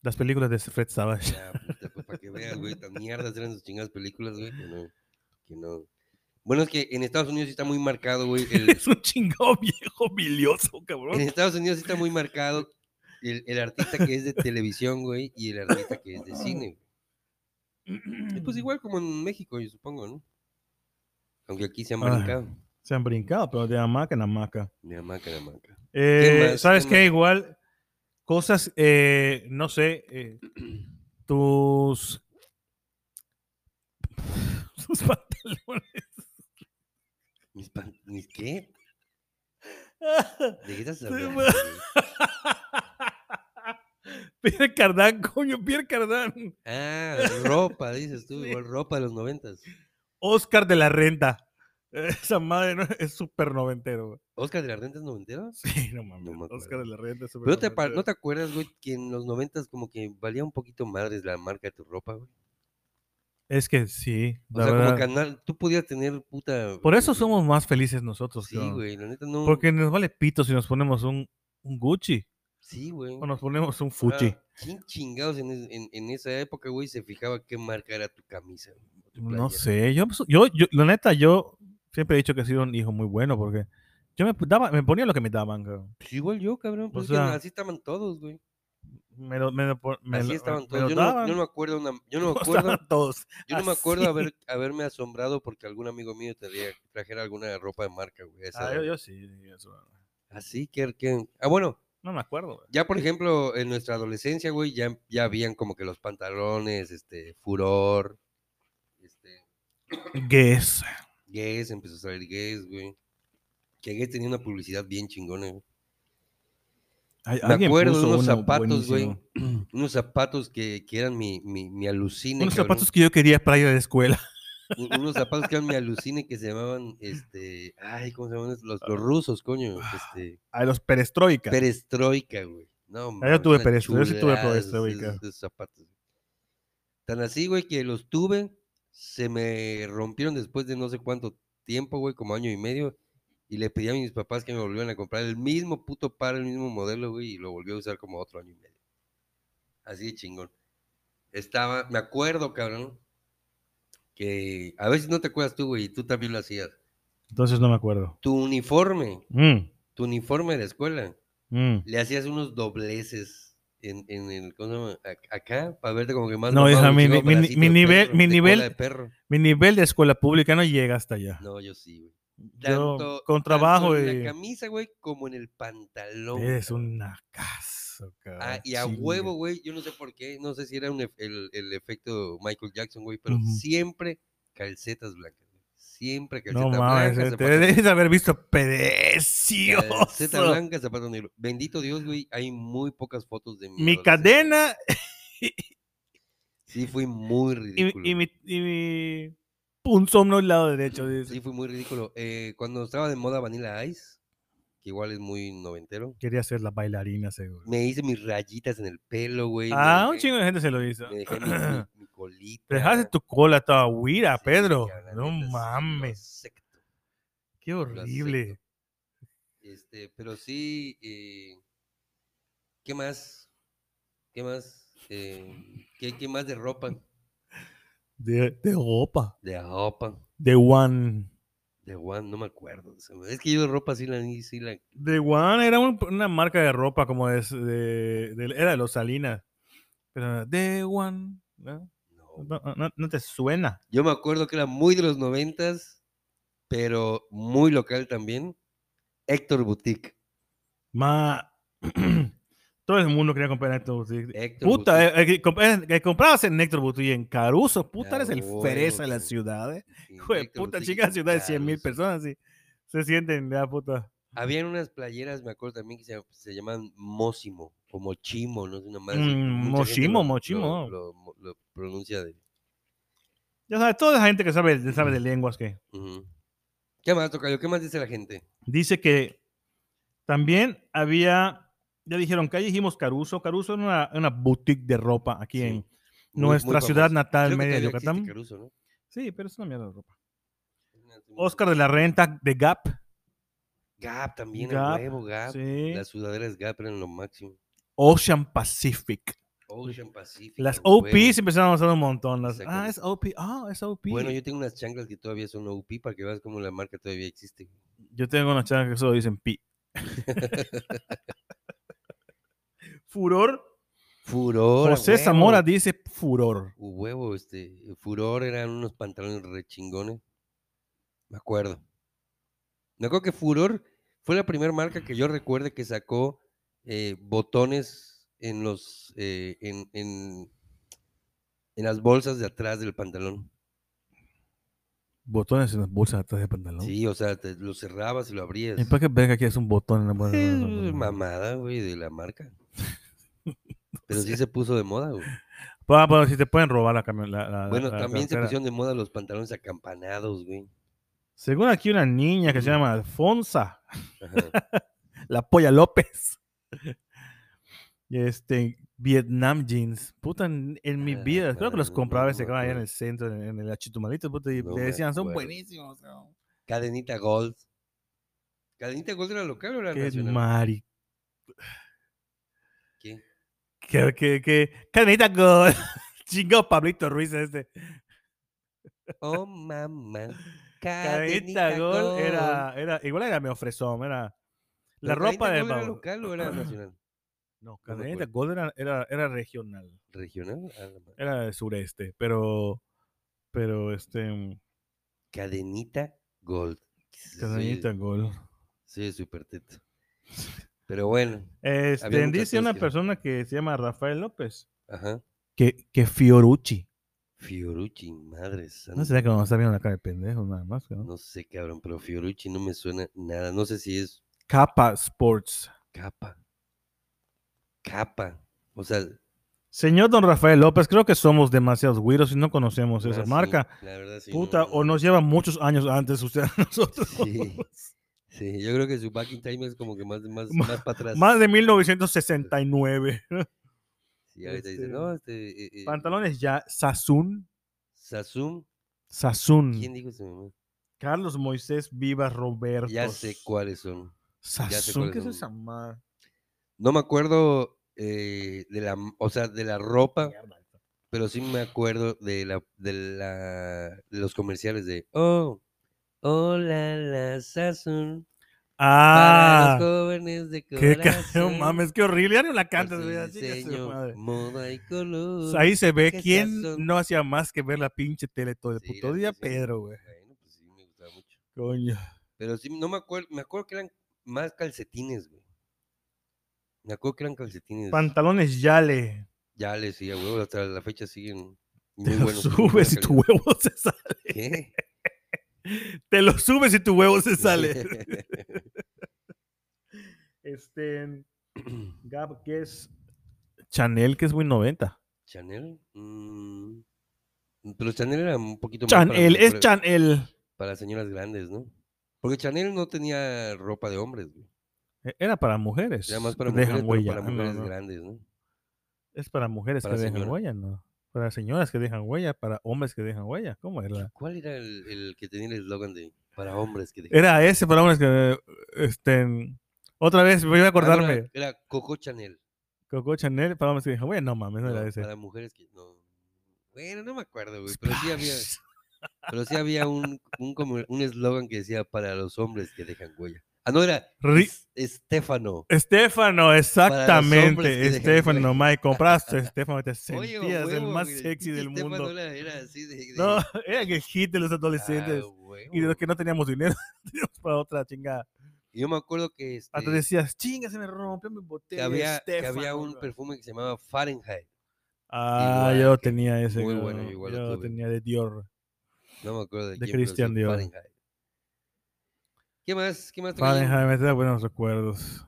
A: Las películas de Fred Savage. *laughs*
B: Ya, puta, pues para que veas, güey, tan mierdas eran sus chingadas películas, güey, que no, que no. Bueno, es que en Estados Unidos sí está muy
A: *laughs*
B: marcado, güey, el-
A: Es un chingado viejo milioso,
B: en
A: cabrón.
B: Estados Unidos sí está muy marcado el, el artista que es de televisión, güey, y el artista que es de cine. güey. Y pues igual como en México, yo supongo, ¿no? Aunque aquí se ha
A: Ah.
B: marcado.
A: Se han brincado, pero de hamaca en hamaca.
B: De hamaca, de hamaca.
A: Eh,
B: más?
A: ¿Sabes
B: ¿Qué
A: qué?
B: más?
A: Igual, cosas, eh, no sé, eh,
B: *clears throat*
A: tus... *laughs* Tus pantalones. *laughs*
B: ¿Mis, pan- mis qué? Dijiste
A: Sí,
B: saber,
A: ma-
B: güey.
A: Pierre Cardán, coño, Pierre Cardán. *laughs*
B: Ah, ropa, dices tú,
A: Sí.
B: igual ropa de los noventas.
A: Oscar de la Renta. Eh, Esa madre ¿no? es súper noventero, güey.
B: ¿Oscar de las rentas noventeras?
A: Sí, no mames.
B: No me
A: Oscar de la Renta es súper
B: Pero no te, pa-
A: noventero.
B: ¿no te acuerdas, güey, que en los noventas como que valía un poquito madres la marca de tu ropa, güey?
A: Es que sí.
B: O
A: la
B: sea,
A: verdad.
B: como canal, tú podías tener puta...
A: Por eso somos más felices nosotros,
B: Sí,
A: cabrón.
B: güey, la neta no...
A: Porque nos vale pito si nos ponemos un, un Gucci
B: Sí, güey.
A: o nos ponemos un
B: Ahora,
A: Fuchi.
B: ¿Quién chingados en, es- en- en esa época, güey, se fijaba qué marca era tu camisa? güey, o tu
A: No
B: playera?
A: sé, yo, so- yo, yo- la neta, yo siempre he dicho que he sido un hijo muy bueno porque yo me, daba, me ponía lo que me daban, cabrón.
B: Pues igual yo, cabrón. Pues
A: O
B: es que
A: sea,
B: así estaban todos, güey.
A: Me lo, me lo pon- me lo-
B: Así
A: me-
B: estaban
A: me
B: todos.
A: lo
B: Yo no,
A: daban.
B: yo no me acuerdo, una- yo no
A: *laughs*
B: me
A: O sea,
B: acuerdo,
A: todos.
B: yo no me acuerdo
A: así. *laughs*
B: haber, haberme asombrado porque algún amigo mío te diera- trajera alguna ropa de marca, güey. a esa
A: Ah, yo,
B: edad.
A: yo sí, eso,
B: Así que, que- ah, bueno,
A: no me acuerdo, güey.
B: ya por ejemplo, en nuestra adolescencia, güey, ya, ya habían como que los pantalones, este, furor, este,
A: Guess.
B: Guess, empezó a salir Guess, güey. Que Guess tenía una publicidad bien chingona, güey.
A: Ay,
B: Me
A: alguien
B: acuerdo de
A: puso
B: unos
A: uno
B: zapatos, güey.
A: buenísimo.
B: Unos zapatos que, que eran mi, mi, mi alucine.
A: Unos
B: cabrón.
A: zapatos que yo quería para ir a la escuela. *laughs*
B: Un- Unos zapatos que eran mi alucine que se llamaban, este, ay, ¿cómo se llamaban? esos? Los, los rusos, coño. Este,
A: A los perestroicas.
B: perestroika, güey. No,
A: Ah, yo tuve
B: una
A: perestroika, yo sí tuve
B: chulada esos-
A: perestroika.
B: esos- esos zapatos. Tan así, güey, que los tuve, se me rompieron después de no sé cuánto tiempo, güey, como año y medio. Y le pedí a mis papás que me volvieran a comprar el mismo puto par, el mismo modelo, güey, y lo volví a usar como otro año y medio. Así de chingón. Estaba, me acuerdo, cabrón, que a veces no te acuerdas tú, güey, y tú también lo hacías.
A: Entonces no me acuerdo.
B: Tu uniforme,
A: Mm,
B: tu uniforme de la escuela,
A: mm.
B: le hacías unos dobleces en, en el, ¿cómo se llama? Ac- Acá, para verte como que más.
A: No,
B: mamado,
A: hija, mi-
B: chico,
A: mi- mi-
B: bracito
A: mi
B: de
A: nivel-
B: perro,
A: mi
B: de cola
A: nivel-
B: de perro.
A: Mi nivel de escuela pública no llega hasta allá.
B: No, yo sí, güey.
A: Yo,
B: Tanto-
A: con
B: tanto
A: trabajo
B: en
A: y-
B: la camisa, güey, como en el pantalón.
A: Eres
B: cabrón.
A: una casa, cabrón.
B: Ah, y a
A: Chinga.
B: huevo, güey, yo no sé por qué, no sé si era un ef- el, el efecto Michael Jackson, güey, pero
A: Ujú.
B: siempre calcetas blancas, güey. Siempre calceta
A: No mames,
B: blanca,
A: eh, te
B: zapato negro.
A: debes haber visto *laughs* precioso.
B: Calceta blanca, zapato negro. Bendito Dios, güey, hay muy pocas fotos de mi
A: Mi
B: adolescencia.
A: cadena
B: Sí, fui muy
A: y,
B: ridículo.
A: y
B: güey.
A: mi, y mi punzón al lado
B: *laughs*
A: derecho. dice.
B: Sí, fui muy ridículo. Eh, cuando estaba de moda Vanilla Ice, que igual es muy noventero,
A: Quería ser la bailarina, seguro.
B: me hice mis rayitas en el pelo, güey. me
A: Ah, un
B: dejé-
A: chingo de gente se lo hizo.
B: Me dejé mi, mi- mi colita.
A: Dejaste tu cola toda huira,
B: Sí,
A: Pedro.
B: cabrón,
A: No
B: neta, sí, lo
A: mames.
B: acepto,
A: Qué
B: lo
A: horrible.
B: acepto. Este, pero sí, eh, ¿qué más? ¿Qué más? Eh, ¿qué, qué más de ropa?
A: De, de ropa.
B: De ropa,
A: De One.
B: de Juan, no me acuerdo. se me- Es que yo de ropa sí la... Sí la
A: De One era un- una marca de ropa como es de, de- Era de los Salinas. Pero de One. ¿no?
B: no,
A: No, no- no te suena.
B: Yo me acuerdo que era muy de los noventas, pero muy local también. Héctor Boutique.
A: Ma... *clears throat* Todo el mundo quería comprar Nectar Boutique.
B: Héctor
A: Puta, *laughs*
B: Boutique,
A: el, el que comp- el que comprabas en Nectar Boutique en Caruso, puta,
B: Ah,
A: eres el
B: huevo,
A: fereza de la
B: sí.
A: ciudad, eh.
B: sí,
A: Hijo de
B: Héctor
A: puta,
B: Boutique
A: chica, ciudad de 100
B: Caruso.
A: mil personas, sí. Se sienten, ya, puta.
B: Habían unas playeras, me acuerdo también, que se, se llaman Mósimo o Mochimo, no sé, una madre.
A: Mm,
B: así, mucha gente
A: Mochimo,
B: lo-
A: Mochimo.
B: Lo, lo- lo pronuncia de.
A: Ya sabes, toda esa gente que sabe, sabe de lenguas que
B: Ujú. ¿Qué más, Tocayo? ¿Qué más dice la gente?
A: dice que también había, ya dijeron, que ahí dijimos Caruso. Caruso era una, una boutique de ropa aquí
B: Sí,
A: en
B: Muy- muy
A: nuestra ciudad
B: famoso.
A: natal,
B: Creo que
A: media de
B: todavía existe
A: Yucatán.
B: Caruso, ¿no?
A: Sí, pero es una mierda de ropa. Oscar
B: Oscar
A: de la Renta, de Gap.
B: Gap también,
A: Gap,
B: el nuevo Gap.
A: Sí.
B: Las sudaderas Gap eran lo máximo.
A: Ocean Pacific.
B: Ocean Pacific.
A: Las
B: a huevo.
A: OPs empezaron a usar un montón. las, ah,
B: Exactamente.
A: es OP. Ah, es OP.
B: Bueno,
A: yo,
B: yo tengo unas chanclas que todavía son OP para que veas cómo la marca todavía existe.
A: tengo unas chavas que solo dicen
B: *laughs*
A: P. furor.
B: Furor. a
A: José
B: huevo.
A: Zamora dice furor.
B: U- Huevo, este. Furor eran unos pantalones re chingones. Me acuerdo. Me acuerdo que Furor fue la primera marca que yo recuerde que sacó eh, botones en los. eh, en, en, en las bolsas de atrás del pantalón.
A: botones en las bolsas atrás del pantalón.
B: Sí, o sea, te lo cerrabas y lo abrías.
A: ¿Y para qué verga aquí es un botón en la bolsa?
B: Es mamada, güey, de
A: *laughs*
B: la marca. Pero sí se puso de moda, güey.
A: Ah, pero si te pueden robar la camioneta.
B: Bueno, también se pusieron de moda los pantalones acampanados, güey.
A: Según aquí una niña que se llama Alfonsa,
B: Ajá.
A: *laughs* la polla López. *laughs* Este, Vietnam jeans. Puta, en, en mi
B: Ah,
A: vida, creo que los
B: no
A: compraba
B: me
A: y se quedaban allá en
B: acuerdo.
A: el centro, en, en el achitumalito, puta, y
B: No
A: le
B: me
A: decían, son
B: acuerdo.
A: buenísimos. cabrón".
B: Cadenita Gold. ¿Cadenita Gold era local o era
A: Qué
B: nacional?
A: mari.
B: ¿Qué?
A: Que, que, que, cadenita *laughs* con chingo Pablito Ruiz este.
B: Oh, mamá.
A: Cadenita gol era, era, igual era me ofrezón, era la
B: Pero
A: ropa
B: Cadenita
A: de
B: Gold era
A: Pablo.
B: local
A: *clears throat*
B: o era nacional?
A: No,
B: No me
A: Cadenita Gold era, era, era regional,
B: ¿Regional? Ah, la madre.
A: era del sureste, pero, pero este,
B: Cadenita Gold. Sí,
A: Cadenita Gold.
B: Sí,
A: *laughs*
B: súper teto. Pero bueno,
A: Este,
B: muchas
A: dice una
B: cosas que-
A: persona que se llama Rafael López,
B: ajá.
A: que, que Fiorucci.
B: Fiorucci, madre santa.
A: No será que nos está viendo la cara de pendejo nada más, ¿no?
B: No sé, cabrón, pero Fiorucci no me suena nada. No sé si es
A: Capa Sports.
B: capa. Capa. O sea,
A: Señor Don Rafael López, creo que somos demasiados güiros y no conocemos
B: ah,
A: esa
B: sí,
A: Pues marca.
B: la verdad, sí,
A: Puta, o *laughs*
B: *laughs* no.
A: nos lleva muchos años antes usted a *laughs* nosotros.
B: Sí, sí, yo creo que su back in time es como que más, más,
A: Ma-
B: más para atrás.
A: Más de 1969.
B: Sí, ahorita dice,
A: este,
B: no, este. eh, eh,
A: Pantalones ya Sasún.
B: Sasum, ¿quién
A: Sasún.
B: dijo ese mamá?
A: Carlos Moisés Vivas Roberto.
B: Ya sé cuáles son. ya sé
A: Sasún,
B: cuáles
A: ¿qué es
B: son.
A: esa madre?
B: No me acuerdo eh, de la, m- o sea, de la ropa, pero sí me acuerdo de la, de la, de los comerciales de, oh, hola la Sasum, para los
A: Ah,
B: jóvenes de
A: qué
B: corazón. Pues
A: ca- *laughs* no mames, qué horrible. Ya no la
B: por
A: cantas,
B: su
A: güey, así que su
B: diseño,
A: madre.
B: moda y color.
A: O sea, Ahí se ve
B: que
A: quién
B: Sasún-
A: no hacía más que ver la pinche tele todo el
B: Sí,
A: puto
B: la
A: día,
B: neta, sí.
A: Pedro, güey.
B: Bueno, pues sí, me gustaba mucho.
A: Coño.
B: Pero sí, no me acuerdo, me acuerdo que eran más calcetines, güey. Me acuerdo que eran calcetines.
A: Pantalones Yale.
B: Ya le decía, güey, hasta la fecha siguen
A: Te *laughs*
B: muy
A: lo
B: buenos. muy buena
A: subes y tu
B: calidad.
A: huevo se sale.
B: ¿Qué?
A: Te lo subes y tu huevo
B: *laughs*
A: se *laughs* sale. Este. Gab, ¿qué es? Chanel, que es muy 90.
B: ¿Chanel? mm, pero Chanel era un poquito más para
A: Chanel, es
B: mujeres-
A: Chanel.
B: Para señoras grandes, ¿no? Porque Chanel no tenía ropa de hombres, güey.
A: E- Era para mujeres.
B: Era más para
A: que
B: mujeres,
A: dejan
B: pero
A: huella. Ah,
B: para
A: No,
B: mujeres
A: no.
B: grandes, ¿no?
A: Es para mujeres
B: Para
A: que dejan
B: señoras.
A: huella, ¿no? Para señoras que dejan huella, para hombres que dejan huella. ¿Cómo era?
B: ¿Cuál era el, el que tenía el eslogan de para hombres que Ah, dejaban?
A: Era ese para hombres que. Este, otra vez, voy a
B: Ah, no, era-
A: acordarme.
B: Era, Coco Chanel.
A: Coco Chanel para hombres que dejan huella. No mames, no
B: No,
A: era ese.
B: para mujeres que no. Bueno, no me acuerdo, güey. Pero sí había, pero sí había un, un, como un eslogan que decía para los hombres que dejan huella. Ah, no, era
A: Ri-
B: Es- Estefano.
A: Estefano,
B: que
A: exactamente.
B: dejan
A: Estefano,
B: huella.
A: Mike, compraste Estefano, te
B: *laughs* Oye, a
A: sentías el
B: huevo,
A: más
B: güey,
A: sexy del
B: Estefano
A: mundo.
B: Era, era así de. de- *laughs*
A: No, *laughs*
B: ah,
A: era el hit de los adolescentes.
B: huevo.
A: y de los que no teníamos dinero, *laughs* teníamos para otra chingada.
B: Y Yo me acuerdo que, este,
A: Hasta Ah, decías, chinga, se me rompió mi
B: que
A: botella.
B: había, que
A: Estefano,
B: había un
A: bro".
B: perfume que se llamaba Fahrenheit.
A: Ah,
B: igual,
A: yo lo
B: que-
A: tenía ese.
B: muy bueno,
A: cabrón,
B: igual
A: yo
B: lo
A: lo
B: tuve.
A: tenía de Dior.
B: No me acuerdo de,
A: De
B: quién. pero sí,
A: Christian Dior.
B: Fahrenheit. ¿Qué más? ¿Qué más? traen?
A: Fahrenheit me trae buenos recuerdos.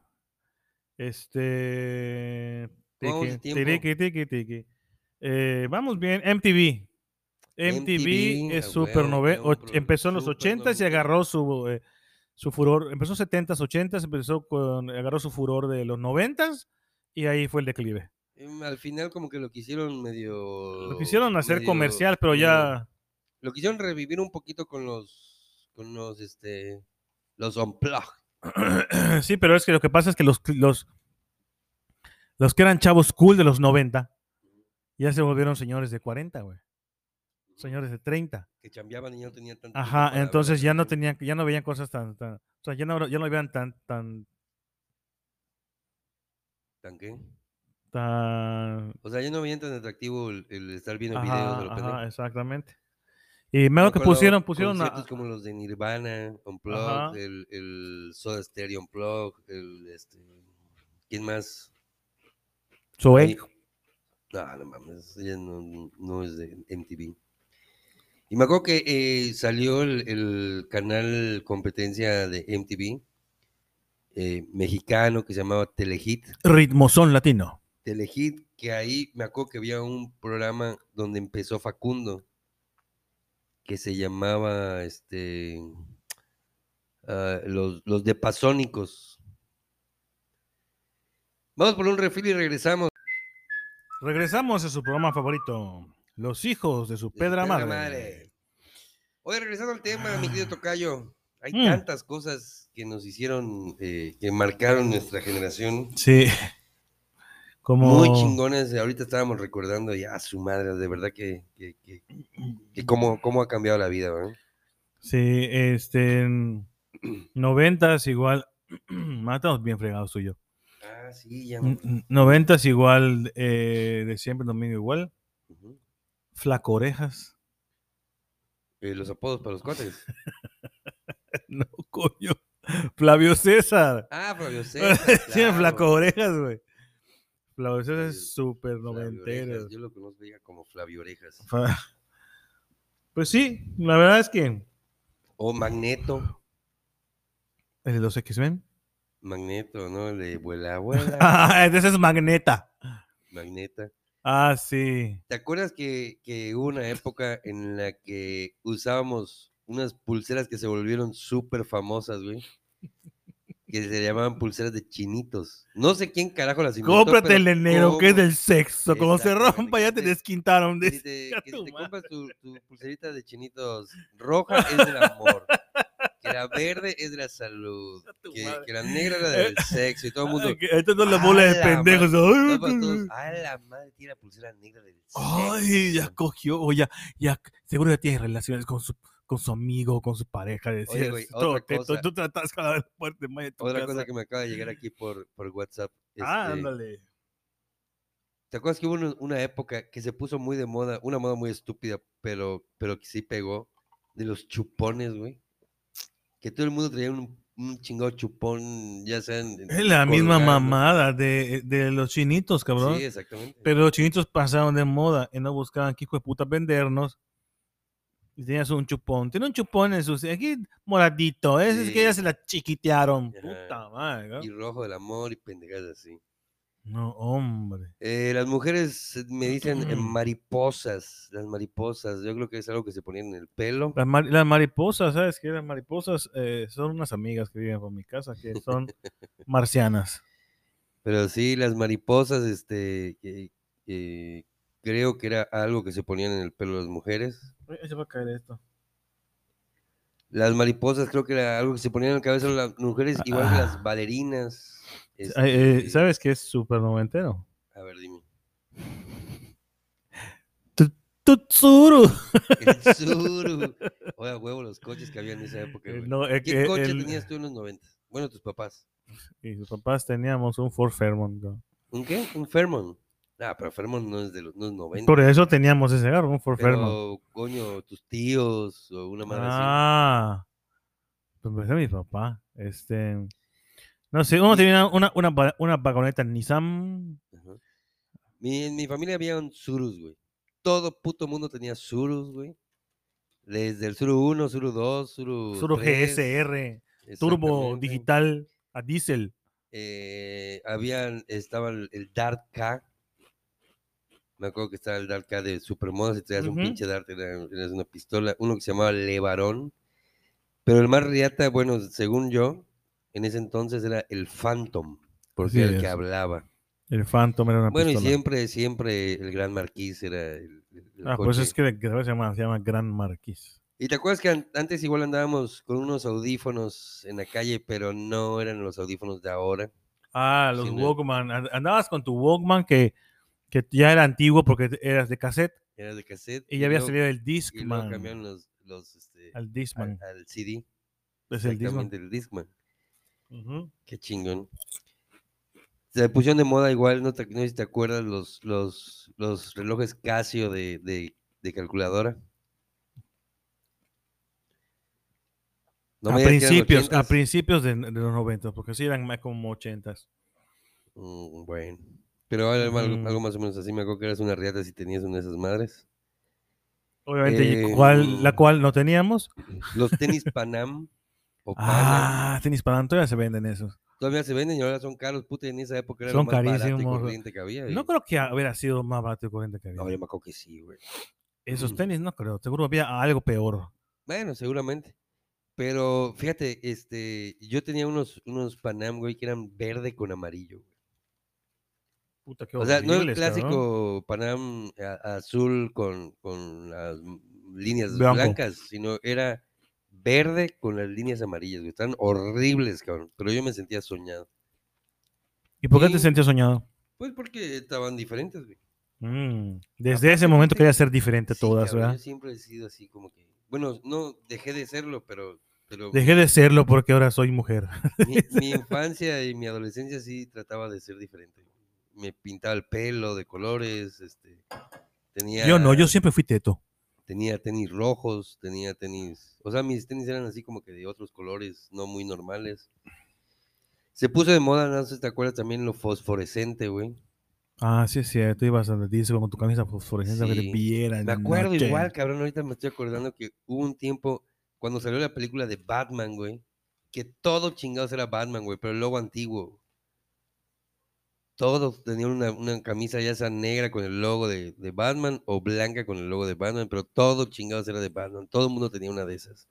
A: Este.
B: Vamos de
A: Tiki,
B: tiempo.
A: tiriqui, tiki, tiki. Eh, vamos bien, MTV. MTV
B: MTV,
A: es
B: a
A: super
B: huevo,
A: nove-
B: cabrón,
A: och-
B: pero
A: empezó en los
B: súper
A: 80s y
B: noventero.
A: agarró su, eh, su furor, empezó 70s, 80s, empezó con, agarró su furor de los 90s y ahí fue el declive.
B: Em, Al final como que lo quisieron medio...
A: Lo quisieron hacer
B: medio-
A: comercial, pero
B: medio-
A: ya
B: Lo quisieron revivir un poquito con los... Con los, este... Los unplug.
A: *clears throat* sí, pero es que lo que pasa es que los, cl- los, los que eran chavos cool de los 90 ya se volvieron señores de 40, güey. Señores de 30.
B: Que chambeaban y ya no tenían tanto... tiempo
A: Ajá,
B: para ver
A: entonces
B: la
A: ya no
B: televisión.
A: tenían, ya no veían cosas tan, tan- o sea, ya no, ya no veían tan, tan,
B: ¿Tan qué?
A: tan,
B: O sea, ya no veían tan atractivo el, el estar viendo videos de
A: ajá,
B: lo
A: ajá,
B: pendejo.
A: exactamente. Y me
B: Me
A: acuerdo que
B: acuerdo
A: pusieron, pusieron, a-
B: conciertos como los de Nirvana,
A: Ajá.
B: Unplugged, el, el Soda Stereo Unplugged, el, este... ¿Quién más?
A: Zoé,
B: Ahí- No, no mames, ella no, no es de MTV. Y me acuerdo que eh, salió el, el canal competencia de MTV eh, mexicano que se llamaba Telehit.
A: Ritmozón latino.
B: Telehit, que ahí me acuerdo que había un programa donde empezó Facundo, que se llamaba este ah, los, los de Pasónicos. Vamos por un refil y regresamos.
A: Regresamos a su programa favorito, Los hijos de su
B: de su
A: pedra madre.
B: perra madre. Oye, regresando al tema, mi querido Tocayo, hay
A: Mm.
B: tantas cosas que nos hicieron, eh, que marcaron nuestra generación.
A: Sí. *laughs* Como
B: Muy chingones, eh, ahorita estábamos recordando ya a su madre, de verdad que, que, que- que cómo, cómo ha cambiado la vida, ¿verdad?
A: Sí, este en noventas igual *clears throat* matamos bien fregados tú y yo.
B: Ah, sí, ya.
A: N- n- Noventas igual eh, de siempre domingo igual.
B: Ujú.
A: Flaco orejas. *laughs*
B: Eh, los apodos para los cuates.
A: No, coño. Flavio César.
B: Ah,
A: *laughs*
B: Flavio César.
A: Siempre
B: claro.
A: flaco orejas, güey. Flavio César
B: Sí,
A: es súper
B: Flavio
A: noventero. *laughs*
B: Orejas, Yo lo conozco ya como Flavio Orejas.
A: Fa- Pues sí, la verdad es que
B: O Magneto.
A: el de los X-Men. *laughs*
B: Magneto, ¿no? El de vuela, vuela.
A: Ah, ese es Magneta.
B: Magneta.
A: Ah, sí.
B: ¿Te acuerdas que, que hubo una época en la que usábamos unas pulseras que se volvieron súper famosas, güey? Que se llamaban pulseras de chinitos. No sé quién carajo las inventó.
A: Cómprate el
B: pero
A: enero, que es
B: cómo-
A: del sexo. Como se
B: Exactamente,
A: rompa, ya te
B: que te-
A: desquintaron. *laughs*
B: que
A: dice.
B: te, que
A: tu
B: te
A: madre.
B: compras tu, tu pulserita de chinitos roja es del amor. Que la verde es de la salud.
A: A tu
B: Que,
A: madre. Eh,
B: que la negra es la del sexo. Y todo el mundo.
A: Ah, que Ahorita no la bola de
B: "A la
A: pendejos.
B: madre,
A: Ay,
B: todos- todos,
A: tú-
B: "A la madre tiene la pulsera negra del sexo.
A: Ay, ya cogió. O ya, ya, seguro ya tienes relaciones con su, con su amigo, con su pareja. decías,
B: güey,
A: todo
B: otra
A: teto,
B: cosa.
A: Tú tratas cada vez fuerte más de tu
B: Otra
A: casa.
B: cosa que me acaba de llegar aquí por, por WhatsApp.
A: Ah,
B: este,
A: ándale.
B: ¿Te acuerdas que hubo una, una época que se puso muy de moda, una moda muy estúpida, pero, pero que sí pegó, de los chupones, güey? Que todo el mundo traía un, un chingado chupón, ya sean...
A: Es la misma
B: colgando.
A: mamada de, de los chinitos, cabrón.
B: Sí, exactamente.
A: Pero los chinitos pasaron de moda y no buscaban que hijo de puta vendernos. Y tenías un chupón. Tiene un chupón en su. Aquí moradito. Ese es que ya
B: Sí.
A: se la chiquitearon.
B: Ajá.
A: Puta madre. ¿no?
B: Y rojo del amor y pendejadas así.
A: No, hombre.
B: Eh, las mujeres eh, me dicen
A: *clears throat*
B: eh, mariposas, las mariposas. Yo creo que es algo que se ponían en el pelo.
A: Las, mar- las mariposas, ¿sabes qué? Las mariposas eh, son unas amigas que viven por mi casa, que *laughs* son marcianas.
B: Pero sí, las mariposas, este, que- que creo que era algo que se ponían en el pelo las mujeres.
A: Uy, ahí Se va a caer esto.
B: Las mariposas creo que era algo que se ponían en la cabeza las mujeres, igual que
A: Ah.
B: las bailarinas.
A: Eh, eh,
B: este,
A: ¿Sabes qué es súper noventero?
B: A ver, dime. *laughs*
A: Tutsuru.
B: El suru. Oye, a huevo, los coches que había en esa época. güey.
A: Eh, No, es
B: ¿Qué
A: que
B: coche
A: el-
B: tenías tú en los 90? Bueno, tus papás.
A: Y sus papás teníamos un Ford Fairmont. ¿no?
B: ¿Un qué? ¿Un Fairmont? Ah, pero Fairmont no es de los, no es 90.
A: Por eso teníamos ese carro, un Ford Fairmont.
B: pero, coño, tus tíos o una madre así.
A: Ah, pues pensé mi papá. Este, no sé, uno tenía una, una, va- una vagoneta Nissan.
B: Ajá. Mi, en mi familia había un surus, güey. Todo puto mundo tenía surus, güey. Desde el suru 1, suru 2, suru.
A: Suro
B: 3,
A: GSR, turbo
B: exactamente.
A: digital a diésel.
B: Eh, habían, estaba el, el Dart K. Me acuerdo que estaba el Dart K de Supermoda. Si traías un
A: Ujú.
B: pinche Dart, era- tenías una pistola. Uno que se llamaba Levarón. Pero el más riata, bueno, según yo, en ese entonces era el Phantom. Porque
A: Así
B: era el que
A: es.
B: hablaba.
A: El Phantom era una
B: Bueno, y
A: pistola.
B: siempre, siempre el Gran Marquis era el. el- el
A: ah, pues
B: coche.
A: es que, que se, llama, se llama Gran Marquis.
B: ¿Y te acuerdas que an- antes igual andábamos con unos audífonos en la calle, pero no eran los audífonos de ahora?
A: Ah, los
B: Sí, no.
A: Walkman. and- Andabas con tu Walkman que, que ya era antiguo porque eras de cassette
B: Era de cassette.
A: y ya había
B: luego-
A: salido el
B: Y luego
A: Discman.
B: cambiaron los, los, este,
A: Al
B: al,
A: Discman.
B: al CD.
A: Es el Discman.
B: exactamente, el Discman.
A: Ujú.
B: Qué chingón. Se pusieron de moda igual, no, te, no sé si te acuerdas, los, los, los relojes Casio de, de, de calculadora. No
A: a
B: me digas que eran
A: principios, a
B: 80s.
A: principios de, de los 90, porque sí eran más como 80
B: Mm, bueno. Pero ahora algo,
A: Ujú.
B: algo más o menos así, me acuerdo que eras una riata si tenías una de esas madres.
A: Obviamente, y cual- la
B: Em,
A: cual no teníamos.
B: Los
A: *laughs*
B: tenis Panam o Panam,
A: Ah, tenis Panam, todavía se venden esos.
B: todavía se venden y ahora son caros, puta, y en esa época era
A: Son
B: lo más barato y
A: carísimos.
B: corriente que había.
A: No creo que hubiera sido más barato y corriente que había.
B: Ahora me acuerdo que sí, güey. Mm.
A: Esos tenis no creo, seguro había algo peor.
B: Bueno, seguramente. Pero fíjate, este, yo tenía unos, unos Panam, güey, que eran verde con amarillo. güey.
A: Puta, qué
B: o sea, no el
A: horribles, cabrón.
B: clásico Panam a- azul con, con las m- líneas
A: Blanco.
B: blancas, sino era verde con las líneas amarillas, güey. Están horribles, cabrón. Pero yo me sentía soñado.
A: ¿Y por qué te
B: Sí.
A: sentías soñado?
B: Pues porque estaban diferentes, güey.
A: Mm, Desde
B: Aparte,
A: ese momento
B: fíjate-
A: quería ser diferente a
B: Sí,
A: todas,
B: cabrón,
A: ¿verdad?
B: Yo siempre he sido así como que. Bueno, no dejé de serlo, pero.
A: *laughs*
B: pero
A: Dejé de serlo porque ahora soy mujer.
B: mi, mi infancia y mi adolescencia sí trataba de ser diferente. Me pintaba el pelo de colores, este. Tenía,
A: Yo no, yo siempre fui teto.
B: tenía tenis rojos, tenía tenis. O sea, mis tenis eran así como que de otros colores, no muy normales. Se puso de moda, no sé si te acuerdas también lo fosforescente, güey.
A: Ah, sí, es cierto, ibas al disco con tu camisa fosforescente que te
B: Sí.
A: viera en
B: Me
A: la
B: acuerdo
A: noche.
B: igual, cabrón, ahorita me estoy acordando que hubo un tiempo cuando salió la película de Batman, güey, que todo chingados era Batman, güey, pero el logo antiguo. Todos tenían una, una camisa ya sea negra con el logo de, de Batman o blanca con el logo de Batman, pero todo chingados era de Batman. Todo el mundo tenía una de esas.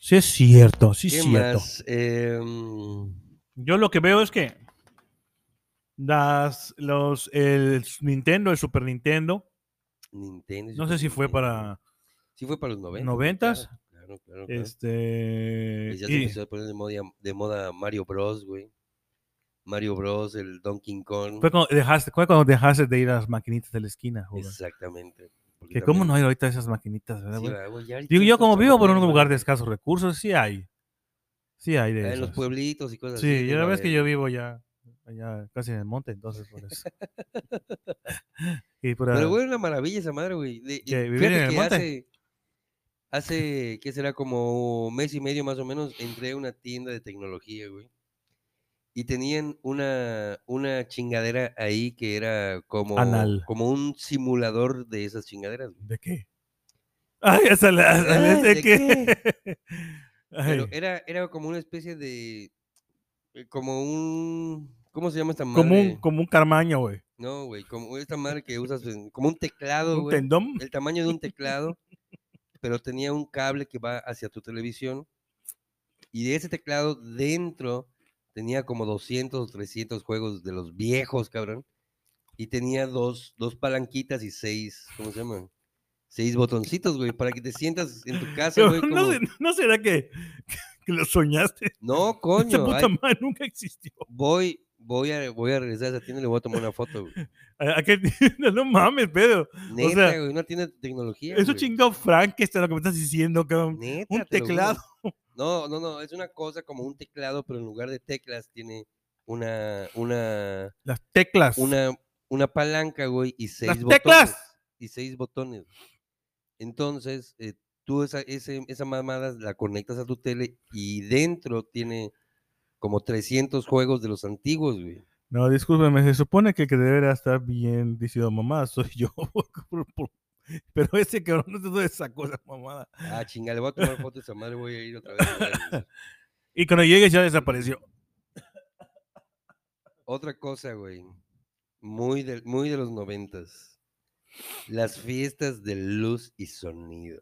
A: Sí, es cierto, sí,
B: ¿Qué
A: es cierto.
B: más? Em,
A: Yo lo que veo es que las, los, el Nintendo, el Super Nintendo,
B: Nintendo.
A: no
B: Super
A: sé si fue
B: Nintendo.
A: para
B: Sí fue para los 90.
A: ¿Noventas?
B: Claro, claro, claro. claro.
A: este.
B: Pues ya se
A: y-
B: empezó a poner de moda, de moda Mario Bros, güey. Mario Bros, el Donkey Kong.
A: Fue cuando dejaste, fue cuando dejaste de ir a las maquinitas de la esquina, güey.
B: Exactamente. porque
A: Que cómo no
B: también-
A: hay ahorita esas maquinitas, ¿verdad,
B: sí,
A: güey?
B: va, güey, ya ahorita
A: Digo, yo
B: estos
A: como vivo por un
B: chamacos,
A: lugar de
B: güey,
A: escasos recursos, sí hay. Sí hay de
B: ah, En los
A: esas.
B: pueblitos y cosas así.
A: Sí,
B: de
A: yo la
B: una
A: vez que
B: vez.
A: yo vivo ya, allá casi en el monte, entonces por
B: *laughs*
A: eso. *laughs* y por
B: Pero güey, una maravilla esa madre, güey. De- y
A: ¿Que vivir
B: fíjate
A: en el
B: que
A: monte?
B: Hace, hace, ¿qué será? Como mes y medio más o menos, entré a una tienda de tecnología, güey. Y tenían una, una chingadera ahí que era como,
A: Anal.
B: como un simulador de esas chingaderas. güey.
A: ¿De qué? Ay, hasta la, hasta la-
B: Ay,
A: ¿de,
B: Ah, ¿de
A: qué?
B: Pero
A: *laughs* Ay,
B: era, era como una especie de. eh, Como un. ¿Cómo se llama esta madre?
A: como, un, como un carmaño, güey.
B: No, güey, como esta madre que usas. en- Como un teclado,
A: Un
B: güey.
A: tendón.
B: El tamaño
A: *laughs*
B: de un teclado. pero tenía un cable que va hacia tu televisión. Y de ese teclado dentro tenía como 200 o 300 juegos de los viejos, cabrón. Y tenía dos, dos palanquitas y seis. ¿Cómo se llama? Seis botoncitos, güey, para que te sientas
A: *laughs*
B: en tu casa, güey.
A: no,
B: como-
A: se- ¿no será que, *laughs* que lo soñaste? *laughs*
B: No,
A: Esta
B: coño. hay-
A: puta madre nunca existió.
B: Voy, voy a, voy a regresar a esa tienda y le voy a tomar una
A: *laughs*
B: foto, güey.
A: ¿A, a qué tienda? *laughs* No mames, Pedro.
B: Neta,
A: sea,
B: güey, una tienda de tecnología.
A: Eso
B: güey.
A: chingado Frankenstein, lo que me estás diciendo, cabrón.
B: Neta,
A: Un
B: te lo juro.
A: teclado.
B: No, no, no, es una cosa como un teclado, pero en lugar de teclas tiene una, una,
A: Las teclas.
B: una, una palanca, güey, y seis botones.
A: teclas!
B: Y seis botones. Entonces, eh, tú esa, ese, esa mamada la conectas a tu tele y dentro tiene como 300 juegos de los antiguos, güey.
A: No, discúlpeme, se supone que el que debería estar bien diciendo mamá soy yo. *laughs* por- por- Pero ese cabrón no te sacó esa mamada.
B: Ah, chinga, le voy a tomar fotos a esa madre, voy a ir otra vez. a verlos.
A: Y cuando llegues ya desapareció.
B: Otra cosa, güey. Muy de, muy de los noventas. Las fiestas de luz y sonido.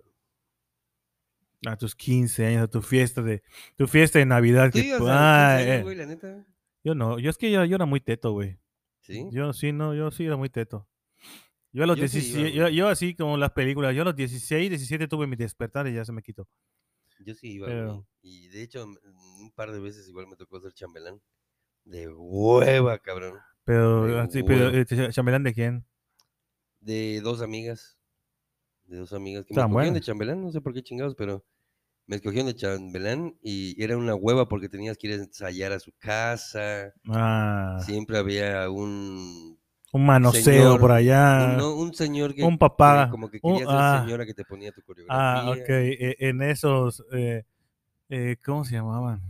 A: A tus 15 años, a tu fiesta de, tu fiesta de Navidad. que-
B: Sí, o sea,
A: ah,
B: ¿en serio,
A: eh,
B: güey, la neta.
A: yo no, yo es que yo, yo era muy teto, güey.
B: Sí.
A: Yo sí, no, yo sí era muy teto. Yo a los
B: Yo sí iba,
A: 17, yo,
B: güey.
A: yo así como las películas, yo a los 16, 17 tuve mi despertar y ya se me quitó.
B: Yo sí iba,
A: Pero-
B: güey. Y de hecho, m- un par de veces igual me tocó ser chambelán. De hueva, cabrón.
A: Pero,
B: Pero
A: así, pero,
B: bueno.
A: eh, cha- ¿chambelán de quién?
B: De dos amigas. De dos amigas que me
A: Estaban
B: escogieron de
A: buenas.
B: chambelán, no sé por qué chingados, pero me escogieron de chambelán y era una hueva porque tenías que ir a ensayar a su casa.
A: Ah,
B: Siempre había un
A: un manoseo
B: señor,
A: por
B: Un,
A: allá.
B: no, un señor que
A: Ah, un
B: que
A: papá,
B: como que
A: un-
B: quería ser
A: ah,
B: señora que te ponía tu coreografía.
A: Ah, ok. e- En esos, eh, eh, ¿cómo se llamaban?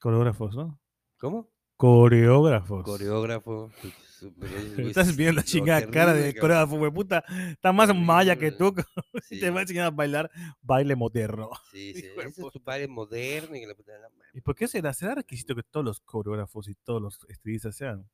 A: Coreógrafos, ¿no?
B: ¿Cómo?
A: Coreógrafos.
B: Coreógrafo. pues, pues, oye,
A: *laughs*
B: güey,
A: Estás viendo la
B: lo
A: chingada cara
B: terrible,
A: de
B: cabrón.
A: coreógrafo, *laughs* güey, puta. Está más
B: Terrible,
A: maya que tú, *laughs*
B: güey.
A: y
B: Sí,
A: te va a enseñar a bailar baile moderno.
B: sí, sí,
A: hijo de
B: Ese es
A: puta.
B: tu padre moderno. Y que la puta de la madre.
A: ¿Y por qué será? ¿Será requisito que todos los coreógrafos y todos los estilistas sean,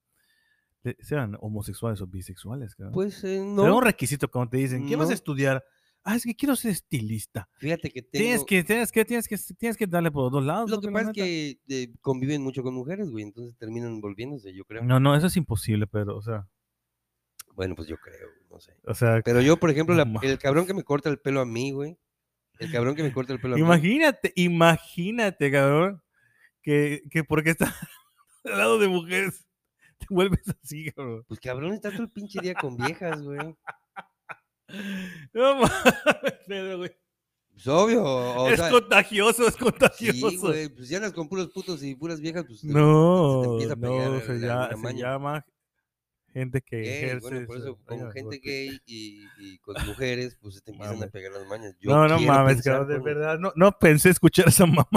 A: de- sean homosexuales o bisexuales? cabrón?
B: Pues eh,
A: Será
B: no.
A: un requisito cuando te dicen, ¿qué vas a
B: No.
A: estudiar? Ah, es que quiero ser estilista.
B: Fíjate que tengo.
A: Tienes que, tienes que, tienes que, tienes que darle por los dos lados.
B: Lo
A: ¿no?
B: que
A: Pero la
B: pasa es
A: neta-
B: que eh, conviven mucho con mujeres, güey. Entonces terminan volviéndose, yo creo.
A: No, no, eso es imposible, pero, o sea,
B: Bueno, pues yo creo, no sé.
A: o sea,
B: Pero yo, por ejemplo,
A: No
B: la- el cabrón que me corta el pelo a mí, güey. El cabrón que me corta el pelo a mí.
A: imagínate, imagínate, cabrón, que, que porque estás *laughs* al lado de mujeres, te vuelves así, cabrón.
B: Pues cabrón, está todo el pinche día con viejas, güey.
A: No *laughs* mames, Pedro, güey.
B: Pues obvio.
A: *laughs*
B: o
A: es
B: sea,
A: contagioso, es contagioso.
B: sí, güey. Pues ya andas con puros putos y puras viejas, pues. te- te
A: No,
B: empieza a pegar
A: no,
B: el-
A: se,
B: la-
A: ya-
B: la
A: se
B: maña.
A: llama gente que
B: Gay,
A: ejerce.
B: bueno, por
A: su-
B: eso con
A: vaya,
B: gente
A: golpe.
B: gay y, y con mujeres, pues se te empiezan a
A: Mames.
B: pegar las mañas. Yo
A: No, no
B: quiero
A: mames,
B: pensar,
A: cabrón, de
B: bueno,
A: verdad. No, no pensé escuchar esa mamá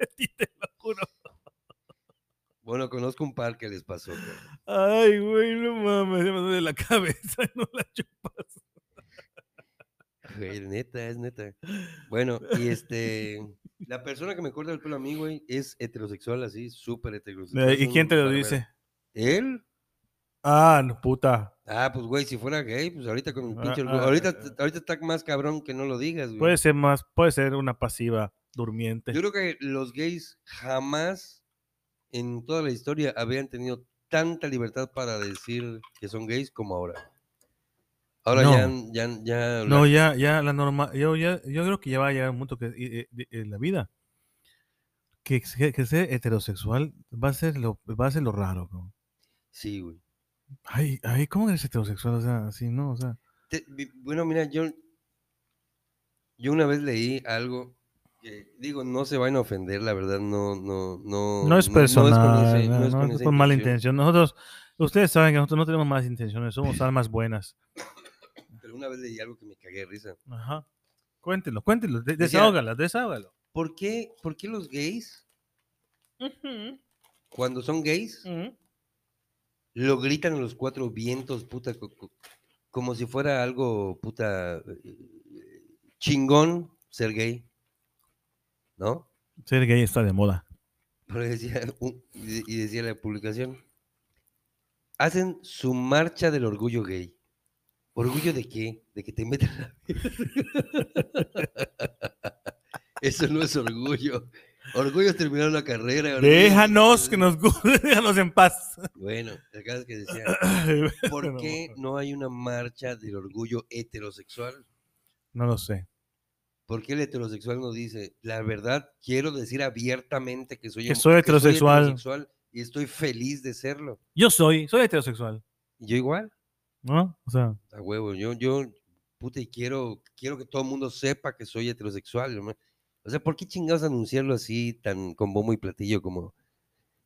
A: de ti, te lo juro.
B: Bueno, conozco un par que les pasó. cabrón.
A: Ay, güey, no mames, ya me duele la *laughs* cabeza, no la
B: Pues,
A: chupas.
B: Güey, neta, es neta. Bueno, y este. La persona que me corta el pelo a mí, güey, es heterosexual, así, súper heterosexual. es
A: Eh, ¿Y
B: un
A: quién te lo
B: barbero.
A: dice?
B: ¿Él?
A: Ah, no, puta.
B: Ah, pues güey, si fuera gay, pues ahorita con mi
A: Ah,
B: pinche orgullo-
A: ah,
B: ahorita,
A: ah.
B: ahorita está más cabrón que no lo digas, güey.
A: Puede ser más, puede ser una pasiva durmiente.
B: Yo creo que los gays jamás en toda la historia habían tenido tanta libertad para decir que son gays como ahora. Ahora ya,
A: No.
B: ya, ya,
A: No,
B: la-
A: ya, ya la norma, yo, ya, yo creo que ya va a llegar un punto que eh, eh, de- en la vida que, que- que ser heterosexual va a ser lo, va a ser lo raro. ¿no?
B: sí, güey.
A: Ay, ay, ¿cómo eres heterosexual? O sea, así, ¿no? O sea,
B: Te- vi- bueno, mira, yo, yo una vez leí algo que, digo, no se van a ofender, la verdad, no, no, Oh, no.
A: no es personal,
B: con
A: no
B: ese-
A: es,
B: no es con esa
A: con mala
B: intención.
A: intención. Nosotros, ustedes saben que nosotros no tenemos malas intenciones,
B: *clears throat*
A: somos almas buenas.
B: Pero una vez leí algo que me cagué de risa.
A: Ajá. Cuéntelo, cuéntelo, de-
B: Decía-
A: desahógalo, desahógalo.
B: ¿Por qué, por qué los gays, cuando son gays, lo gritan a los cuatro vientos, puta, co- co- como si fuera algo, puta, eh, chingón ser gay, ¿no? *laughs*
A: Ser gay está de moda.
B: Pero decía, un- y de- y decía la publicación, hacen su marcha del orgullo gay. ¿Orgullo de qué? De que te metan la... *laughs* Eso no es orgullo. Orgullo es terminar la carrera. orgullo es-
A: Déjanos que nos gu- *laughs* déjanos en paz.
B: Bueno, el caso es que decía...
A: Pero *laughs*
B: ¿Por qué no hay una marcha del orgullo heterosexual?
A: No lo sé.
B: ¿Por qué el heterosexual no dice, la verdad, quiero decir abiertamente que soy,
A: Que
B: homo-
A: soy heterosexual"?
B: heterosexual y estoy feliz de serlo?
A: Yo soy, soy heterosexual,
B: Y yo igual,
A: ¿no? O sea,
B: a huevo, yo, yo, puta, y quiero, quiero que todo el mundo sepa que soy heterosexual. hermano. O sea, ¿por qué chingados anunciarlo así, tan con bombo y platillo, como,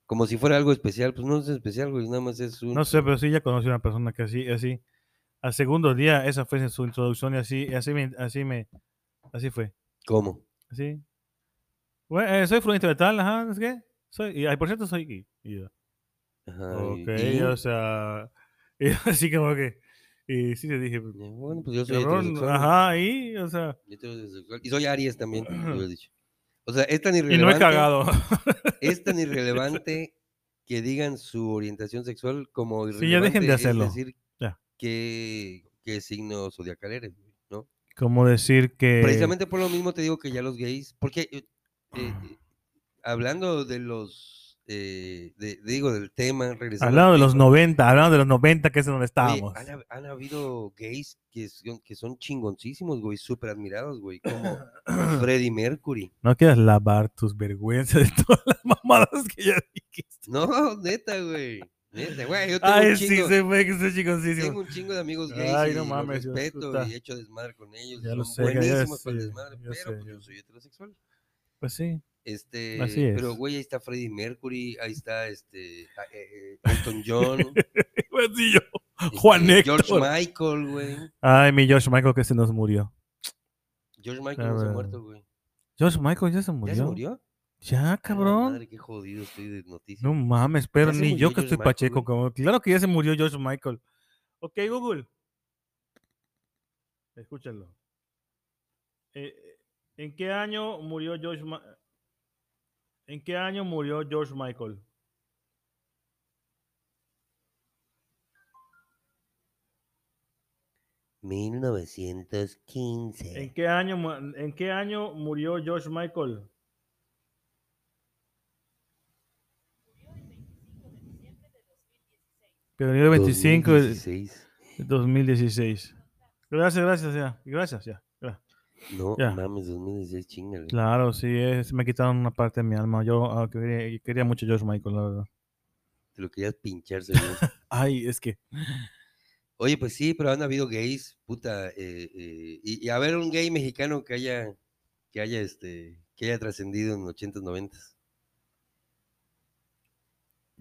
B: como si fuera algo especial? Pues no es especial, güey, nada más es un...
A: no sé, pero sí ya conocí a una persona que así, así, al segundo día, esa fue su introducción y así, y así me, así me, así fue,
B: ¿Cómo?
A: así. Bueno, eh, soy fluente de tal, ajá, es que, soy, y, ay, por cierto, soy gay. Y yo,
B: Ajá, y-
A: ok,
B: y-
A: o sea, *laughs* y así como que, y sí te dije,
B: y Bueno, pues yo soy
A: cabrón,
B: heterosexual.
A: ajá, y, o sea,
B: Yo heterosexual. Y soy Aries también, lo había dicho. O sea, es tan irrelevante.
A: y no he cagado. *laughs*
B: Es tan irrelevante que digan su orientación sexual como
A: Sí, ya dejen de
B: irrelevante
A: hacerlo.
B: Es decir,
A: Ya.
B: qué, qué signo zodiacal eres, güey, ¿no?
A: Como decir que...
B: Precisamente por lo mismo te digo que ya los gays, porque eh, eh, eh,
A: Ah.
B: hablando de los, eh, de- digo, del tema, regresando. al
A: Hablando de los
B: tema,
A: 90, hablando de los 90, que es donde
B: oye,
A: estábamos.
B: han, hab- han habido gays que son, que son chingoncísimos, güey, súper admirados, güey,
A: *coughs*
B: como Freddie Mercury.
A: No quieras lavar tus vergüenzas de *laughs* todas las mamadas que ya dijiste.
B: No, *laughs* neta, güey. Neta, güey. Yo tengo,
A: Ay,
B: un
A: sí,
B: chingo,
A: se fue que estoy
B: tengo
A: chicosísimo.
B: un chingo de amigos gays.
A: Ay,
B: y
A: no
B: los
A: mames, yo-
B: respeto
A: puta.
B: y he hecho desmadre con ellos.
A: Ya
B: son
A: lo sé, ya
B: buenísimos para el
A: sé,
B: desmadre,
A: ya
B: pero
A: sé,
B: pues
A: ya
B: yo soy heterosexual.
A: Pues sí.
B: Este,
A: Así
B: Pero,
A: es.
B: güey, ahí está Freddie Mercury, ahí está este, a- eh, eh, Elton
A: *laughs*
B: John,
A: *laughs* Pues sí, yo.
B: este,
A: Juan
B: George
A: Héctor.
B: Michael, güey.
A: Ay, mi George Michael que se nos murió.
B: George Michael no se ha
A: verdad.
B: muerto, güey.
A: George Michael ya se
B: ¿Ya
A: murió.
B: se murió?
A: Ya,
B: A la
A: cabrón.
B: Madre, qué jodido estoy de noticias.
A: No mames, pero
B: se
A: ni yo
B: murió
A: que
B: George
A: estoy
B: Michael,
A: pacheco,
B: güey.
A: cabrón. Claro que ya se murió George Michael. Ok, Google. Escúchalo. Eh, eh, ¿En qué año murió George Ma- ¿En qué año murió George Michael? ¿En
B: 1915.
A: qué año, mu- en qué año murió George Michael? Pionero 25 de
B: 2016.
A: 2016. Gracias, gracias, ya. Gracias, ya. Gra-
B: No,
A: ya.
B: mames, 2016, chingale.
A: Claro, sí, es, me quitaron una parte de mi alma. Yo ah, quería, quería mucho a George Michael, la verdad.
B: Te lo querías pinchar, seguro.
A: Ay, es que.
B: Oye, pues sí, pero han habido gays, puta. eh, eh, y, y a ver, un gay mexicano que haya, que haya, este, que haya trascendido en 80s, 90s.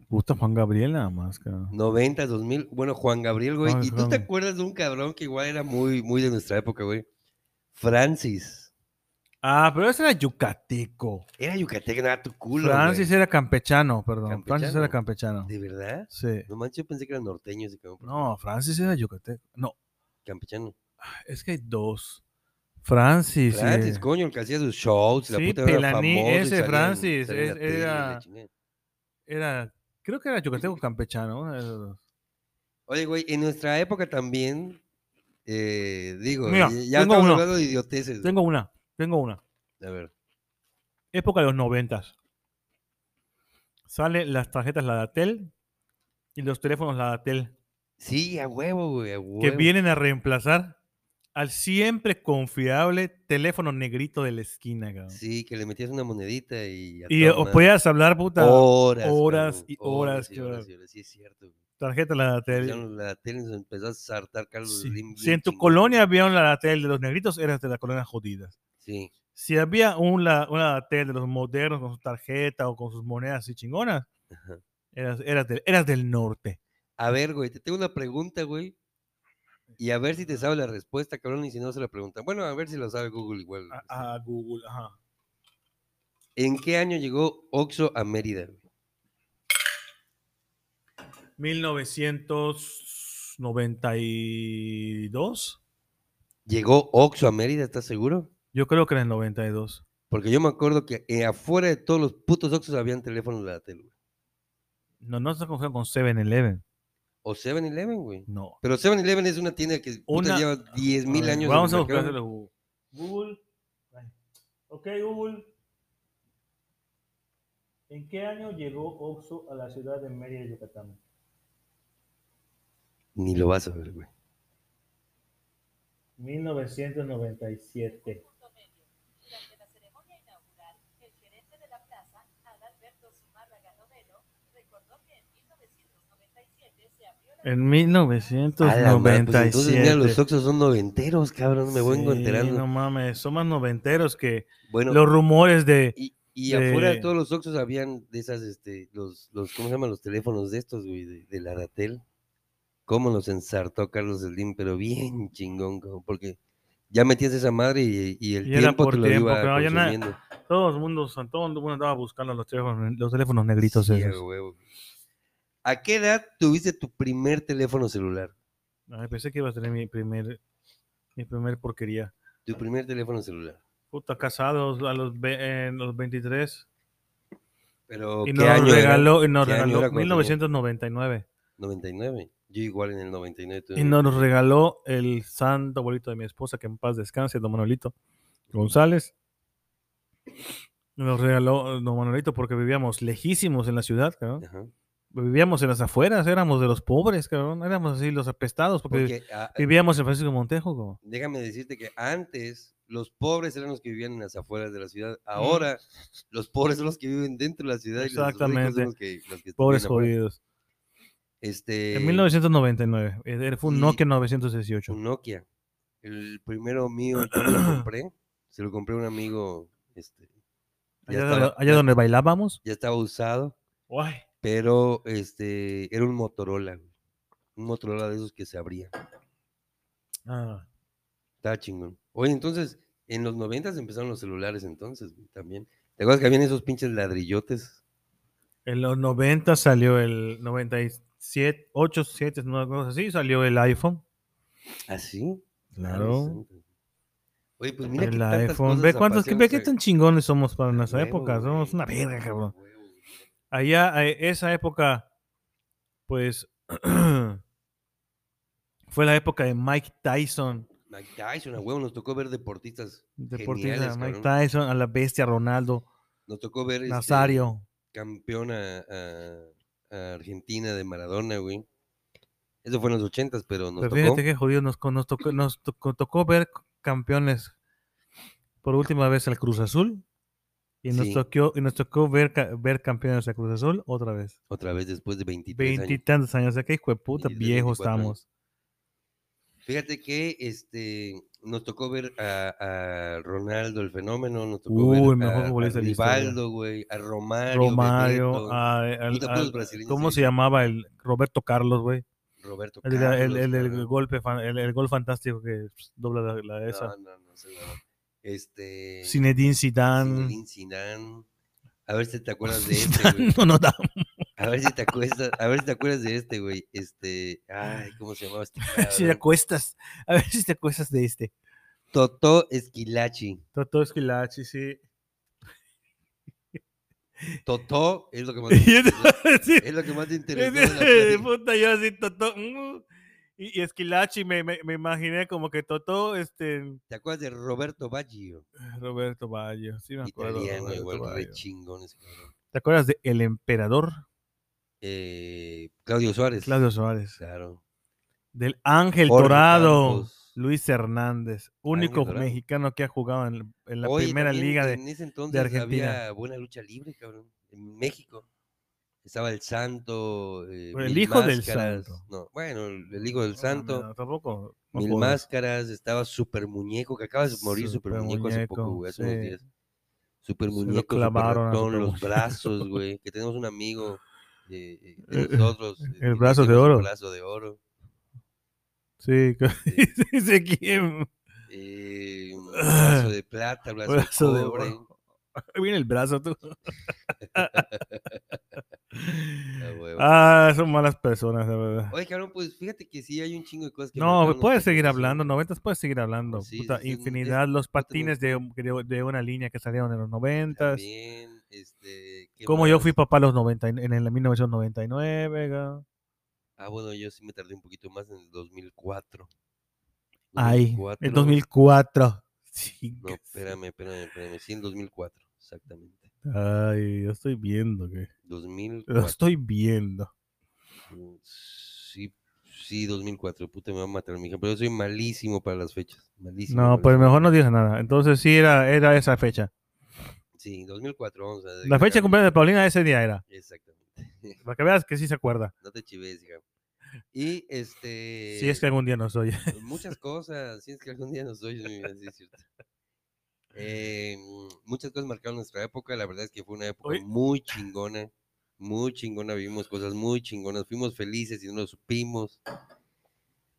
A: Gusta Juan Gabriel nada más, cabrón.
B: 90, 2000. Bueno, Juan Gabriel, güey.
A: Ay,
B: ¿Y tú te
A: Juan.
B: acuerdas de un cabrón que igual era muy, muy de nuestra época, güey? Francis.
A: Ah, pero ese era yucateco.
B: Era yucateca, nada, tu culo.
A: Francis
B: güey.
A: era campechano, perdón. Francis era
B: Campechano.
A: campechano.
B: ¿De verdad?
A: Sí.
B: No manches, yo pensé que era norteño ese cabrón.
A: No, Francis era yucateco. No,
B: Campechano.
A: es que hay dos. Francis.
B: Francis,
A: eh,
B: coño, el que hacía sus shows. La
A: Sí,
B: puta era
A: Pelani,
B: famoso y
A: ese
B: salía en-
A: Francis,
B: salía en la
A: es-
B: tele y la
A: era-
B: chingada.
A: era, creo que era yucateco campechano. uno de esos dos.
B: Oye, güey, en nuestra época también, eh, digo,
A: Mira,
B: y- ya
A: tengo
B: estamos
A: uno.
B: hablando de idioteces. güey.
A: Tengo una, tengo una.
B: A ver,
A: época de los noventas. Sale las tarjetas Ladatel y los teléfonos Ladatel
B: sí, a huevo, güey, a huevo.
A: que vienen a reemplazar al siempre confiable teléfono negrito de la esquina, cabrón.
B: Sí, que le metías una monedita y... a
A: Y
B: toda
A: o
B: madre. Oh.
A: podías hablar, puta,
B: horas,
A: horas
B: cabrón,
A: y horas,
B: y horas,
A: cabrón.
B: y horas, sí es cierto. güey.
A: tarjeta
B: Ya
A: Ladatel.
B: no- la tele nos empezó a sartar Carlos
A: Sí.
B: Slim
A: Si
B: bien
A: en tu
B: chingón.
A: colonia había un Ladatel de los negritos, eras de la colonia jodida.
B: Sí,
A: Si había un, la- un Ladatel de los modernos con su tarjeta o con sus monedas así chingonas,
B: ajá.
A: eras, eras, del, eras del norte.
B: A ver, güey, te tengo una pregunta, güey. Y a ver si te sabe la respuesta, cabrón, y si no se la preguntan. Bueno, a ver si lo sabe Google igual.
A: A,
B: este.
A: a Google, ajá.
B: ¿En qué año llegó Oxxo a Mérida? güey?
A: 1992.
B: ¿Llegó Oxxo a Mérida, estás seguro?
A: Yo creo que era el 92.
B: Porque yo me acuerdo que eh, afuera de todos los putos Oxxos habían teléfonos de la tele, güey.
A: No, no se confundiendo con 7-Eleven.
B: O 7-Eleven, güey.
A: No.
B: Pero 7-Eleven es una tienda que puta,
A: Una-
B: lleva 10.000
A: ver,
B: años. en
A: Vamos
B: el
A: a
B: mercado,
A: buscarlo. Google. Google. Ay. Ok, Google. ¿En qué año llegó Oxxo a la ciudad de Mérida, Yucatán?
B: güey. Ni lo vas a ver, güey.
A: 1997.
C: Durante la ceremonia inaugural, el gerente de la plaza, Adalberto Zumárraga Novelo, recordó que en 1997 se abrió la
A: En
B: pues, A la madre, pues entonces, mira, los
A: 1997.
B: Oxxos son noventeros, cabrón. Me vengo
A: Sí,
B: enterando.
A: No mames, son más noventeros que
B: Bueno,
A: los rumores de.
B: y, y afuera de
A: de-
B: todos los Oxxos habían de esas, este, los, los, ¿cómo se llaman los teléfonos de estos, güey? De, de la Datel. Cómo los ensartó Carlos Slim, pero bien chingón, cabrón, porque ya metías esa madre y, y el
A: Y era
B: tiempo
A: por
B: te lo
A: tiempo,
B: iba
A: claro, ya na-
B: consumiendo.
A: Todo el mundo, todo el mundo andaba buscando los teléfonos, los teléfonos negritos.
B: Sí, a
A: esos.
B: huevo. ¿A qué edad tuviste tu primer teléfono celular?
A: Ay, pensé que iba a tener mi primer, mi primer porquería.
B: Tu primer teléfono celular.
A: Puta, casados a los, ve- en los 23.
B: Pero
A: Y
B: ¿qué
A: nos
B: año era?
A: regaló, y nos
B: ¿Qué año era
A: regaló
B: cuando
A: 1999.
B: 99. Yo igual en el 99 tuve
A: Y
B: mi
A: nos
B: primer-
A: regaló el santo abuelito de mi esposa, que en paz descanse, don Manolito González. Nos regaló eh, don Manolito porque vivíamos lejísimos en la ciudad, cabrón.
B: Ajá.
A: Vivíamos en las afueras, éramos de los pobres, cabrón. Éramos así los apestados porque
B: Porque, ah,
A: vivíamos en Francisco Montejo, cabrón.
B: déjame decirte que antes los pobres eran los que vivían en las afueras de la ciudad. Ahora los pobres son los que viven dentro de la ciudad. Y los ricos
A: Exactamente.
B: son los que, los que
A: Pobres
B: viven afuera.
A: jodidos.
B: Este,
A: En 1999, eh, fue un
B: y-
A: Nokia 918.
B: Un Nokia. El primero mío yo me lo
A: *clears throat*
B: compré. Se lo compré a un amigo. Este, ya,
A: Allá,
B: estaba,
A: do- allá
B: ya-
A: donde bailábamos.
B: ya estaba usado, pero este era un Motorola. güey. Un Motorola de esos que se abría.
A: Ah,
B: Estaba chingón. Oye, entonces, en los noventas empezaron los celulares entonces, güey, también. ¿Te acuerdas que habían esos pinches ladrillotes?
A: En los 90 salió el 97, 8, 7, una cosa así, salió el iPhone.
B: ¿Así? Ah,
A: Claro.
B: Oye, pues mira que
A: El
B: tantas
A: iPhone.
B: cosas
A: Ve cuántos, que-
B: aparecieron
A: ve qué
B: hasta-
A: tan chingones somos para
B: a
A: nuestra
B: huevo,
A: época.
B: güey.
A: Somos una verga,
B: A
A: cabrón.
B: huevo, güey.
A: Allá, eh, esa época, pues, *clears throat* fue la época de Mike Tyson.
B: Mike Tyson, a huevo, nos tocó ver deportistas.
A: Deportista
B: Geniales,
A: Mike
B: cabrón.
A: Tyson, a la bestia Ronaldo,
B: Nos tocó ver. este,
A: Nazario.
B: campeón a, a- a Argentina de Maradona, güey. Eso fue en los ochentas, pero nos
A: Pero
B: tocó.
A: fíjate que jodido, nos, co- nos tocó, nos tocó, tocó ver campeones por última vez al Cruz Azul. Y nos,
B: Sí.
A: tocó, y nos tocó ver, ca- ver campeones al Cruz Azul otra vez.
B: Otra vez después de 23 años.
A: Veintitantos años, o sea, que hijo de puta,
B: 23,
A: viejos
B: 24 años.
A: estamos.
B: Fíjate que este nos tocó ver a, a Ronaldo el fenómeno, nos tocó
A: Uy, el
B: ver
A: mejor
B: a,
A: futbolista
B: a
A: de la historia.
B: Rivaldo, güey, a Romario,
A: Romario, ah,
B: Bebeto,
A: a- al-
B: puta, puros
A: al-
B: brasileños
A: ¿cómo
B: ahí.
A: se llamaba el Roberto Carlos, güey?
B: Roberto
A: El, de la- el-
B: Carlos,
A: el- el
B: cabrón.
A: golpe, fan- el, el gol fantástico que pss, dobla la, la esa.
B: No, no, no, se llama. Este
A: Zinedine Zidane.
B: Zinedine Zidane. A ver si te acuerdas
A: *laughs*
B: de este, güey.
A: Zidane *laughs* no nos da.
B: A ver si te acuerdas, a ver si te acuerdas de este, güey. Este, ay, ¿cómo
A: *laughs*
B: se llamaba este?
A: *laughs* Si te
B: cabrón?
A: acuestas, a ver si te acuestas de este.
B: Totó Esquilachi.
A: Totó Esquilachi, sí.
B: Totó es lo que más te
A: *laughs* Y
B: interesó.
A: entonces, sí, *laughs*
B: Es lo que más te interesó. de la plática.
A: Puta, yo así, Totó. mm, Y, y Esquilachi, me, me, me imaginé como que Totó, este.
B: ¿Te acuerdas de Roberto Baggio?
A: Roberto Baggio, sí me acuerdo. de
B: Italiano,
A: Roberto
B: igual, re
A: Baggio.
B: chingón ese cabrón.
A: ¿Te acuerdas de El Emperador?
B: Eh, Claudio Suárez.
A: Claudio Suárez.
B: Claro.
A: Del Ángel
B: Jorge
A: Dorado.
B: Campos.
A: Luis Hernández, único
B: Dorado.
A: mexicano que ha jugado en, en la
B: Oye,
A: primera
B: también
A: liga de,
B: en ese entonces
A: Argentina.
B: había buena lucha libre, cabrón. En México. Estaba el Santo. eh,
A: Pero el
B: Mil
A: hijo del
B: Máscaras.
A: Santo.
B: No, bueno, el el hijo del
A: No,
B: Santo.
A: no, tampoco. no
B: Mil
A: jodas.
B: máscaras, estaba Super Muñeco, que acaba de morir Super,
A: Super
B: Muñeco hace poco,
A: Muñeco,
B: güey, hace unos
A: sí.
B: días. Super
A: Se lo
B: Muñeco, Super
A: clavaron a
B: Ratón,
A: Super
B: los
A: Muñeco. *laughs*
B: brazos, güey, que tenemos un amigo eh, eh,
A: Eh,
B: de nosotros. eh, que le
A: brazo de
B: decimos el
A: oro.
B: brazo de oro.
A: Sí, *laughs* que- sí, sé quién.
B: eh, un
A: *laughs*
B: brazo de plata, brazo,
A: Brazo
B: de
A: de
B: cobre.
A: oro. Ahí Viene el brazo
B: *laughs*
A: tú. *laughs*
B: Ah, güey.
A: ah, son malas personas, la verdad.
B: Oye, cabrón, pues fíjate que sí hay un chingo de cosas que...
A: No,
B: marcaron
A: puedes
B: nuestra
A: seguir
B: generación,
A: hablando,
B: güey.
A: noventas puedes seguir hablando.
B: ¿eh? sí,
A: puta,
B: sí, sí, es-
A: infinidad, los
B: puta, no-
A: patines de, de- de una línea que salieron en los noventas.
B: También, este... ¿qué
A: Como yo
B: más?
A: fui papá a los 90, y- en el 1999, ga.
B: Ah, bueno, yo sí me tardé un poquito más en el 2004.
A: Ay, en
B: 2004.
A: 2004. Sí,
B: No,
A: que-
B: espérame, espérame, espérame. Sí, en 2004, exactamente.
A: Ay, yo estoy viendo, que. *laughs* Lo
B: 2004.
A: estoy viendo.
B: mm, Sí, sí, 2004. Puta, me va a matar mi hija. Pero yo soy malísimo para las fechas. Malísimo.
A: No,
B: para
A: pues
B: las
A: mejor no digas nada. Entonces sí era, era esa fecha.
B: fechas. Sí, 2004. Vamos a
A: La fecha de
B: dedicarle-
A: cumpleaños de Paulina ese día era.
B: Exactamente.
A: Para que veas que sí se acuerda.
B: No te chives, hija. Y este.
A: Si es que algún día nos oye.
B: Pues, Muchas cosas. Si es que algún día nos oye, sí, es cierto. Eh, muchas cosas marcaron nuestra época. La verdad es que fue una época
A: Oye.
B: muy chingona. Muy chingona. Vivimos cosas muy chingonas. Fuimos felices y no lo supimos.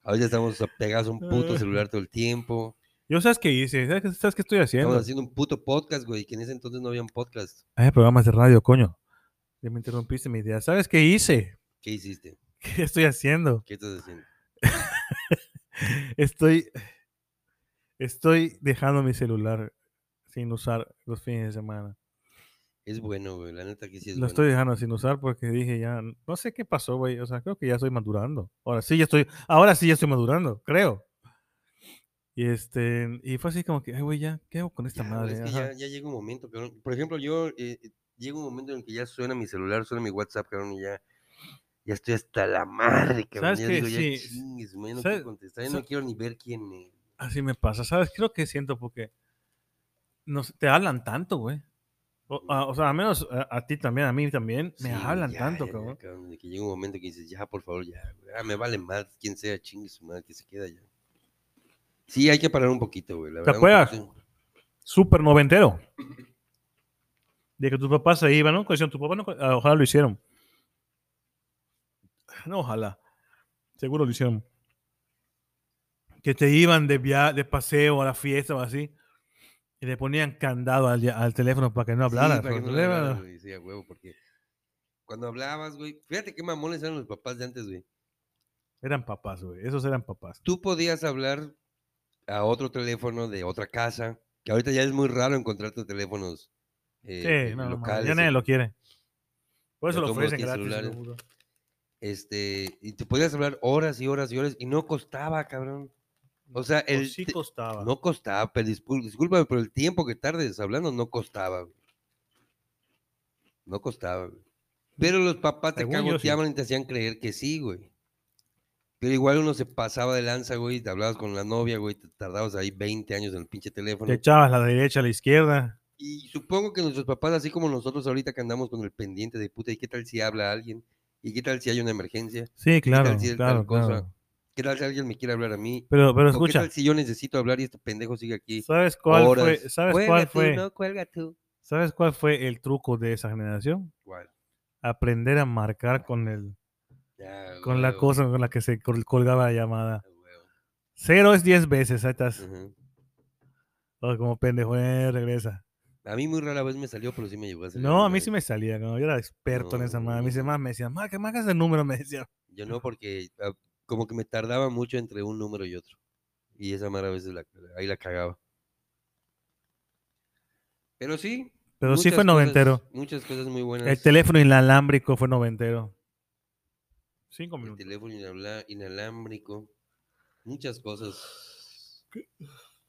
B: Ahorita estamos a- pegados a un
A: Ah.
B: puto celular todo el tiempo.
A: *laughs* Yo sabes qué hice, sabes qué, sabes qué estoy haciendo.
B: Estamos haciendo un puto podcast, güey. Que en ese entonces no había un podcast.
A: Hay programas de radio, coño. Ya me interrumpiste mi idea. ¿Sabes qué hice? *laughs*
B: ¿Qué hiciste?
A: ¿Qué estoy haciendo?
B: ¿Qué estás haciendo?
A: Estoy, estoy dejando mi celular sin usar los fines de semana.
B: Es bueno, güey. La neta que sí es
A: Lo
B: bueno.
A: estoy dejando sin usar porque dije ya, no sé qué pasó, güey. O sea, creo que ya estoy madurando. Ahora sí, ya estoy, ahora sí ya estoy madurando, creo. Y este, y fue así como que, ay, güey, ya, ¿qué hago con esta
B: Ya, güey,
A: madre?
B: es que
A: Ajá.
B: ya, ya llega un momento, cabrón. Por ejemplo, yo eh, eh, llega un momento en el que ya suena mi celular, suena mi WhatsApp, cabrón, y ya, ya estoy hasta la madre, cabrón.
A: ¿Sabes
B: Ya
A: qué?
B: digo, ya
A: Sí,
B: chingues, güey, ya no
A: ¿sabes?
B: quiero contestar, ya
A: Sa-
B: no quiero ni ver quién es.
A: Así me pasa, ¿sabes? Creo que siento porque nos, te hablan tanto, güey. O, a- o sea, al menos a, a ti también, a mí también, me
B: Sí, güey,
A: hablan
B: ya,
A: tanto,
B: ya, ya,
A: cabrón.
B: de que llega un momento que dices, ya, por favor, ya, güey, ah, me vale más quien sea, chingue su madre, que se queda ya. Sí, hay que parar un poquito, güey. la
A: ¿Te
B: verdad, un
A: acuerdas?
B: poquito.
A: Súper noventero. De que tus papás se iban, ¿no? Cuestión, tus papás no, co- ah, ojalá lo hicieron. *sighs* No, ojalá. Seguro lo hicieron. Que te iban de via- de paseo a la fiesta o así. Y le ponían candado al, al teléfono para que no
B: Sí,
A: hablara.
B: para que
A: pero
B: no
A: le-
B: hablaras, güey, sí, a huevo, porque cuando hablabas, güey, fíjate qué mamones eran los papás de antes, güey.
A: Eran papás, güey. Esos eran papás.
B: Tú podías hablar a otro teléfono de otra casa, que ahorita ya es muy raro encontrar tus teléfonos eh, eh,
A: sí, no, no,
B: locales.
A: ya
B: eh,
A: nadie lo quiere. Por eso
B: Ya
A: lo
B: todo el mundo
A: ofrecen
B: tiene
A: gratis.
B: celulares.
A: seguro.
B: Este, y te podías hablar horas y horas y horas y no costaba, cabrón. O sea,
A: Pues
B: el
A: sí
B: te-
A: costaba.
B: no costaba, pero discul- discúlpame, pero el tiempo que tardes hablando no costaba. güey. No costaba. güey. Pero los papás te
A: Según yo, sí.
B: cagoteaban y te hacían creer que sí, güey. Pero igual uno se pasaba de lanza, güey, y te hablabas con la novia, güey, te tardabas ahí 20 años en el pinche teléfono.
A: Te echabas la derecha, la izquierda.
B: Y supongo que nuestros papás, así como nosotros ahorita que andamos con el pendiente de puta, ¿y qué tal si habla alguien? ¿Y qué tal si hay una emergencia?
A: Sí, claro,
B: si es tal
A: claro,
B: cosa?
A: claro.
B: ¿Qué tal si alguien me quiere hablar a mí?
A: Pero, pero
B: ¿O ¿Qué
A: escucha,
B: tal si yo necesito hablar y este pendejo sigue aquí?
A: ¿sabes cuál
B: horas?
A: fue? ¿Sabes
B: Cuelga
A: cuál
B: tú,
A: fue?
B: no, cuelga tú.
A: ¿Sabes cuál fue el truco de esa generación?
B: ¿Cuál?
A: Aprender a marcar con el,
B: Ya,
A: con la
B: huevo,
A: cosa con la que se col- colgaba la llamada.
B: ya, huevo.
A: Cero es diez veces, ahí estás.
B: Ujú. Mm.
A: Oh, como pendejo, eh, regresa.
B: A mí muy rara vez me salió, pero sí me llegó a salir.
A: No, a mí
B: güey.
A: sí me salía, ¿no? yo era experto en esa madre. Me dice,
B: No.
A: más, me decía, marca, marca ese número, me decía.
B: Yo no, porque ah, como que me tardaba mucho entre un número y otro. Y esa madre a veces la- ahí la cagaba. Pero sí.
A: Pero sí
B: muchas
A: fue
B: cosas-
A: noventero.
B: Muchas cosas muy buenas.
A: El teléfono inalámbrico fue noventero. Cinco
B: El
A: minutos.
B: teléfono inabla- inalámbrico. Muchas cosas.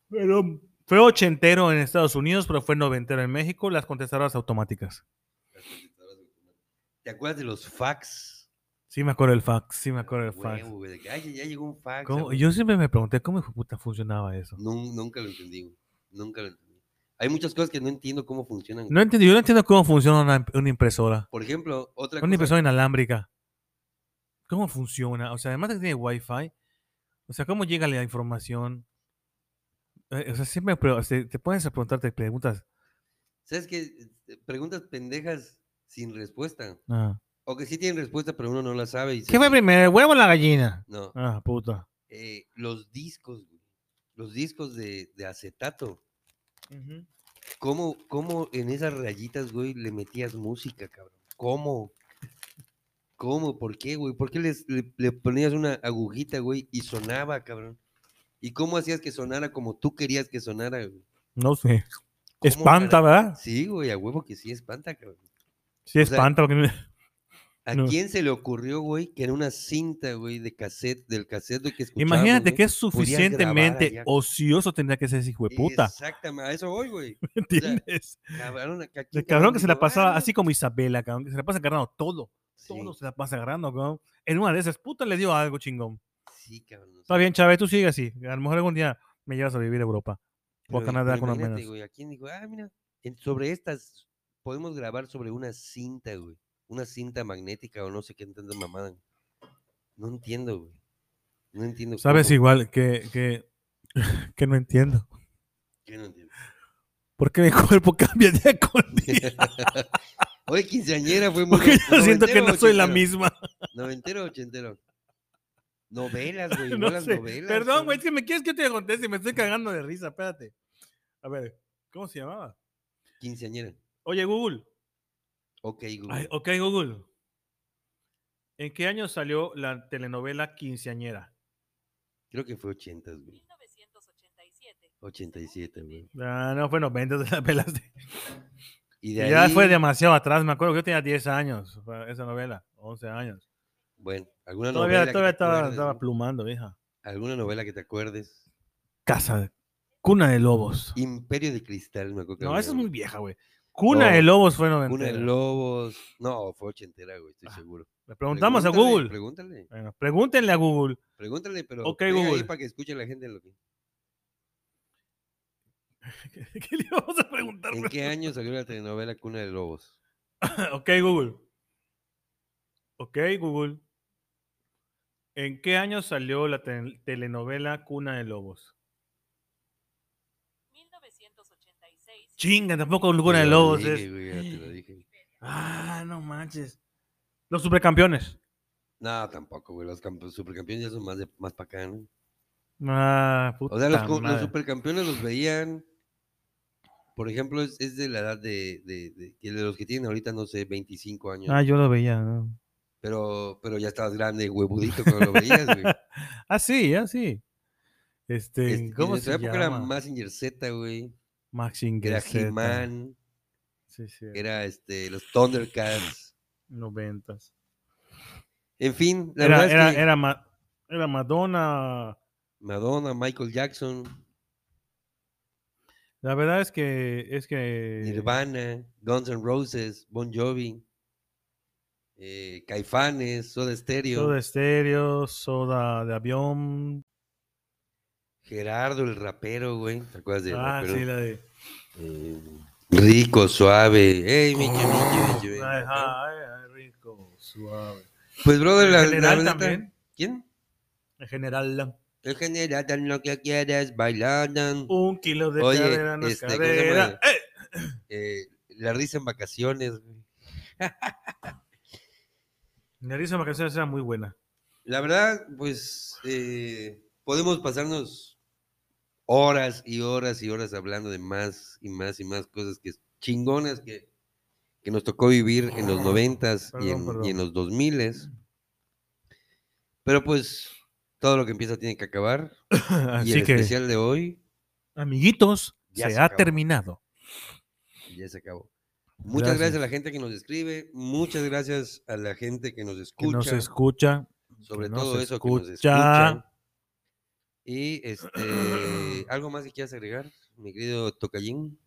A: Pero fue ochentero en Estados Unidos, pero fue noventero en México, las contestadoras automáticas.
B: las computadoras automáticas. ¿Te acuerdas de los fax?
A: Sí me acuerdo el fax, sí me acuerdo el fax.
B: Huevo, güey, de que, "Ay, ya llegó un fax.
A: ¿Cómo?
B: abuelo".
A: Yo siempre me pregunté cómo hijo de puta funcionaba eso.
B: Nun- nunca lo entendí, güey. Nunca lo entendí. Hay muchas cosas que no entiendo cómo funcionan.
A: No entiendo, yo no entiendo cómo funciona una, imp- una impresora.
B: Por ejemplo, otra
A: Una
B: cosa.
A: impresora inalámbrica. ¿Cómo funciona? O sea, además de que tiene wifi, o sea, ¿cómo llega la información? Eh, O sea, siempre pero, o sea, te pones a preguntarte preguntas.
B: ¿Sabes qué? Eh, Preguntas pendejas sin respuesta.
A: Ah.
B: O que sí tienen respuesta, pero uno no la sabe. Y se-
A: ¿Qué fue primero, el huevo o la gallina?
B: No.
A: Ah, puta.
B: eh, los discos, güey. Los discos de, de acetato. ¿Cómo, ¿Cómo en esas rayitas, güey, le metías música, cabrón? ¿Cómo? ¿Cómo? ¿Por qué, güey? ¿Por qué les- le, le ponías una agujita, güey, y sonaba, cabrón? ¿Y cómo hacías que sonara como tú querías que sonara, güey?
A: No sé.
B: ¿Cómo
A: Espanta, ¿verdad?
B: cara- Sí, güey, a huevo que sí espanta, cabrón.
A: Sí,
B: o sea-
A: espanta. porque-
B: ¿A
A: No.
B: quién se le ocurrió, güey, que era una cinta, güey, de cassette, del cassette güey, que escuchábamos,
A: Imagínate
B: güey?
A: que es
B: grabar
A: suficientemente
B: allá.
A: ocioso tendría que ser ese hijo de puta.
B: Exactamente, a eso voy, güey.
A: ¿Me entiendes?
B: Cabrón, ¿a quién
A: El cabrón
B: cabrón
A: que se la
B: dijo, "Ah,
A: pasaba
B: no,
A: así como Isabela, cabrón, que se la pasa agarrando todo.
B: sí,
A: Todo se la pasa agarrando, cabrón. En una de esas, puta, le dio algo chingón.
B: Sí, cabrón.
A: Está bien, Chávez, tú sigue así. A lo mejor algún día me llevas a vivir a Europa. O a
B: Pero-
A: Canadá
B: pero
A: con lo
B: imagínate,
A: menos.
B: güey, ¿a quién dijo? Ah, mira, en- sobre estas podemos grabar sobre una cinta, güey. Una cinta magnética o no sé qué tanta mamada. güey. No entiendo, güey. No entiendo.
A: Sabes
B: *laughs* cómo,
A: igual que, que, *laughs* que no entiendo.
B: que no
A: *laughs*
B: entiendo.
A: ¿Por qué mi *laughs* cuerpo cambia día con
B: *laughs*
A: día?
B: Oye, quinceañera fue muy.
A: Porque
B: no-
A: yo siento que
B: noventero o
A: no soy la
B: ochentero?
A: misma.
B: Noventero o ochentero.
A: *laughs*
B: Novelas, güey. no
A: No
B: las
A: sé.
B: novelas.
A: Perdón, güey, es
B: cabrón.
A: que me quieres que yo te conteste y me estoy cagando de risa, espérate. A ver, ¿cómo se llamaba?
B: Quinceañera.
A: Oye, Google.
B: Ok, Google.
A: Ay, ok, Google. ¿En qué año salió la telenovela Quinceañera?
B: Creo que fue ochentas, güey.
C: 1987.
B: 87, güey.
A: Ah, no, fue 90, *laughs* te la pelaste.
B: Y de
A: Y ya
B: ahí-
A: fue demasiado atrás, me acuerdo que yo tenía 10 años, fue esa novela, 11 años.
B: Bueno, alguna novela.
A: Todavía,
B: que
A: todavía
B: te
A: estaba,
B: acuerdes,
A: estaba
B: güey?
A: plumando, hija.
B: alguna novela que te acuerdes.
A: Casa, de- Cuna de Lobos.
B: Imperio de Cristal, me acuerdo. que
A: No,
B: había
A: esa es muy
B: una.
A: vieja, güey. Cuna de
B: No,
A: Lobos fue
B: Cuna de
A: 90.
B: Lobos. No, fue ochentera, güey, estoy
A: Ah,
B: seguro.
A: Le preguntamos a
B: Pregúntale,
A: Google.
B: Pregúntale,
A: Bueno, pregúntenle a Google.
B: pregúntale, pero.
A: Ok,
B: pega ahí
A: Google.
B: para que escuche la
A: *laughs*
B: gente lo que-
A: ¿Qué le vamos a preguntar?
B: ¿En qué año salió la telenovela Cuna de Lobos?
A: *laughs* Ok, Google. Ok, Google. ¿En qué año salió la tel- telenovela Cuna de Lobos?
C: 1986.
A: Chinga, tampoco Cuna
B: Te
A: de
B: lo
A: Lobos
B: dije,
A: es.
B: güey, ya te lo dije.
A: Ah, no manches. Los supercampeones.
B: No, tampoco, güey. Los camp- supercampeones ya son más, de, más para acá, ¿no?
A: Ah, puta
B: O sea, los, cu- los
A: madre.
B: supercampeones los veían por ejemplo, es, es de la edad de, de- de- que de los que tienen ahorita, no sé, 25 años.
A: Ah, yo lo veía. ¿no?
B: Pero, pero ya estabas grande, huevudito, cuando lo veías, güey.
A: *laughs* ah, sí, ah, sí. Este,
B: Este,
A: ¿cómo
B: en
A: se
B: esa época era
A: llama?
B: Mazinger Z, güey.
A: Maxine
B: Era
A: Griseta.
B: He-Man,
A: Sí, sí.
B: era este, los Thundercats.
A: Noventas.
B: En fin, la
A: Era,
B: verdad
A: era,
B: es que
A: era, Ma- era Madonna.
B: Madonna, Michael Jackson,
A: La verdad es que es que
B: Nirvana, Guns N' Roses, Bon Jovi, eh, Caifanes, Soda Stereo,
A: soda estéreo, soda de avión.
B: Gerardo el rapero, güey. ¿Te acuerdas de
A: ah, sí, la de.
B: *laughs* Rico, suave. Ey, Mickey,
A: Oh,
B: Mickey, Mickey, Mickey,
A: la de,
B: ajá.
A: "Ay, ay, rico, suave.
B: Pues, brother,
A: El
B: la, la
A: general
B: neta-
A: también.
B: ¿Quién?
A: En general,
B: El general, dan lo que quieras, bailan.
A: un kilo de
B: Oye,
A: cadera no es
B: este, ¿cómo se
A: cadera.
B: llama?
A: ¡Eh!
B: Eh, la risa en vacaciones, güey.
A: Nerissa Macaciones era muy buena. *laughs*
B: La verdad, pues eh, podemos pasarnos horas y horas y horas hablando de más y más y más cosas que chingonas que, que nos tocó vivir en los noventas y,
A: Perdón,
B: en-
A: perdón. Mm.
B: y en los dos miles. Pero pues todo lo que empieza tiene que acabar. y
A: Así
B: el
A: que,
B: especial de hoy
A: amiguitos,
B: Ya
A: se,
B: se
A: ha
B: acabó.
A: terminado.
B: ya se acabó. Muchas gracias. a
A: Gracias.
B: la gente que nos escribe, muchas gracias a la gente que nos
A: Que
B: escucha.
A: nos escucha.
B: sobre
A: que nos
B: todo eso que nos
A: escucha.
B: escuchan. Y este, *clears throat* algo más que quieras agregar, mi querido Tocayín.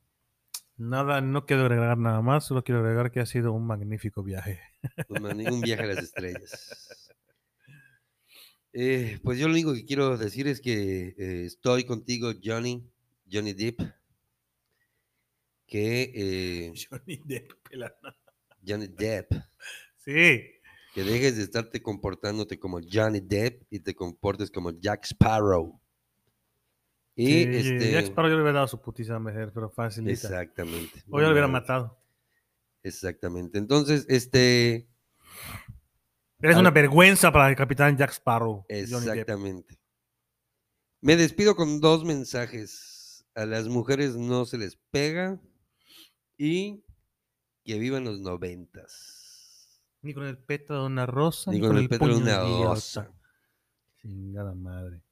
A: Nada, no quiero agregar nada más, solo quiero agregar que ha sido un magnífico viaje.
B: Un mani- Pues un viaje a las estrellas. Eh, pues yo lo único que quiero decir es que eh, estoy contigo, Johnny, Johnny Depp. Que
A: *laughs*
B: eh,
A: Johnny Depp, pelada.
B: Johnny Depp,
A: Sí.
B: que dejes de estarte comportándote como Johnny Depp y te comportes como Jack Sparrow. Y
A: Sí,
B: este,
A: Jack Sparrow yo le hubiera dado su putiza a Mejer, pero facilita.
B: exactamente.
A: O yo lo hubiera
B: Bueno,
A: matado.
B: Exactamente. Entonces, este,
A: Eres
B: Al-
A: una vergüenza para el capitán Jack Sparrow. Johnny Depp.
B: exactamente. Me despido con dos mensajes. A las mujeres no se les pega y que vivan los noventas.
A: Ni con el pétalo de una rosa,
B: Ni con el pétalo de
A: puño
B: una
A: idiota.
B: rosa.
A: Chingada madre.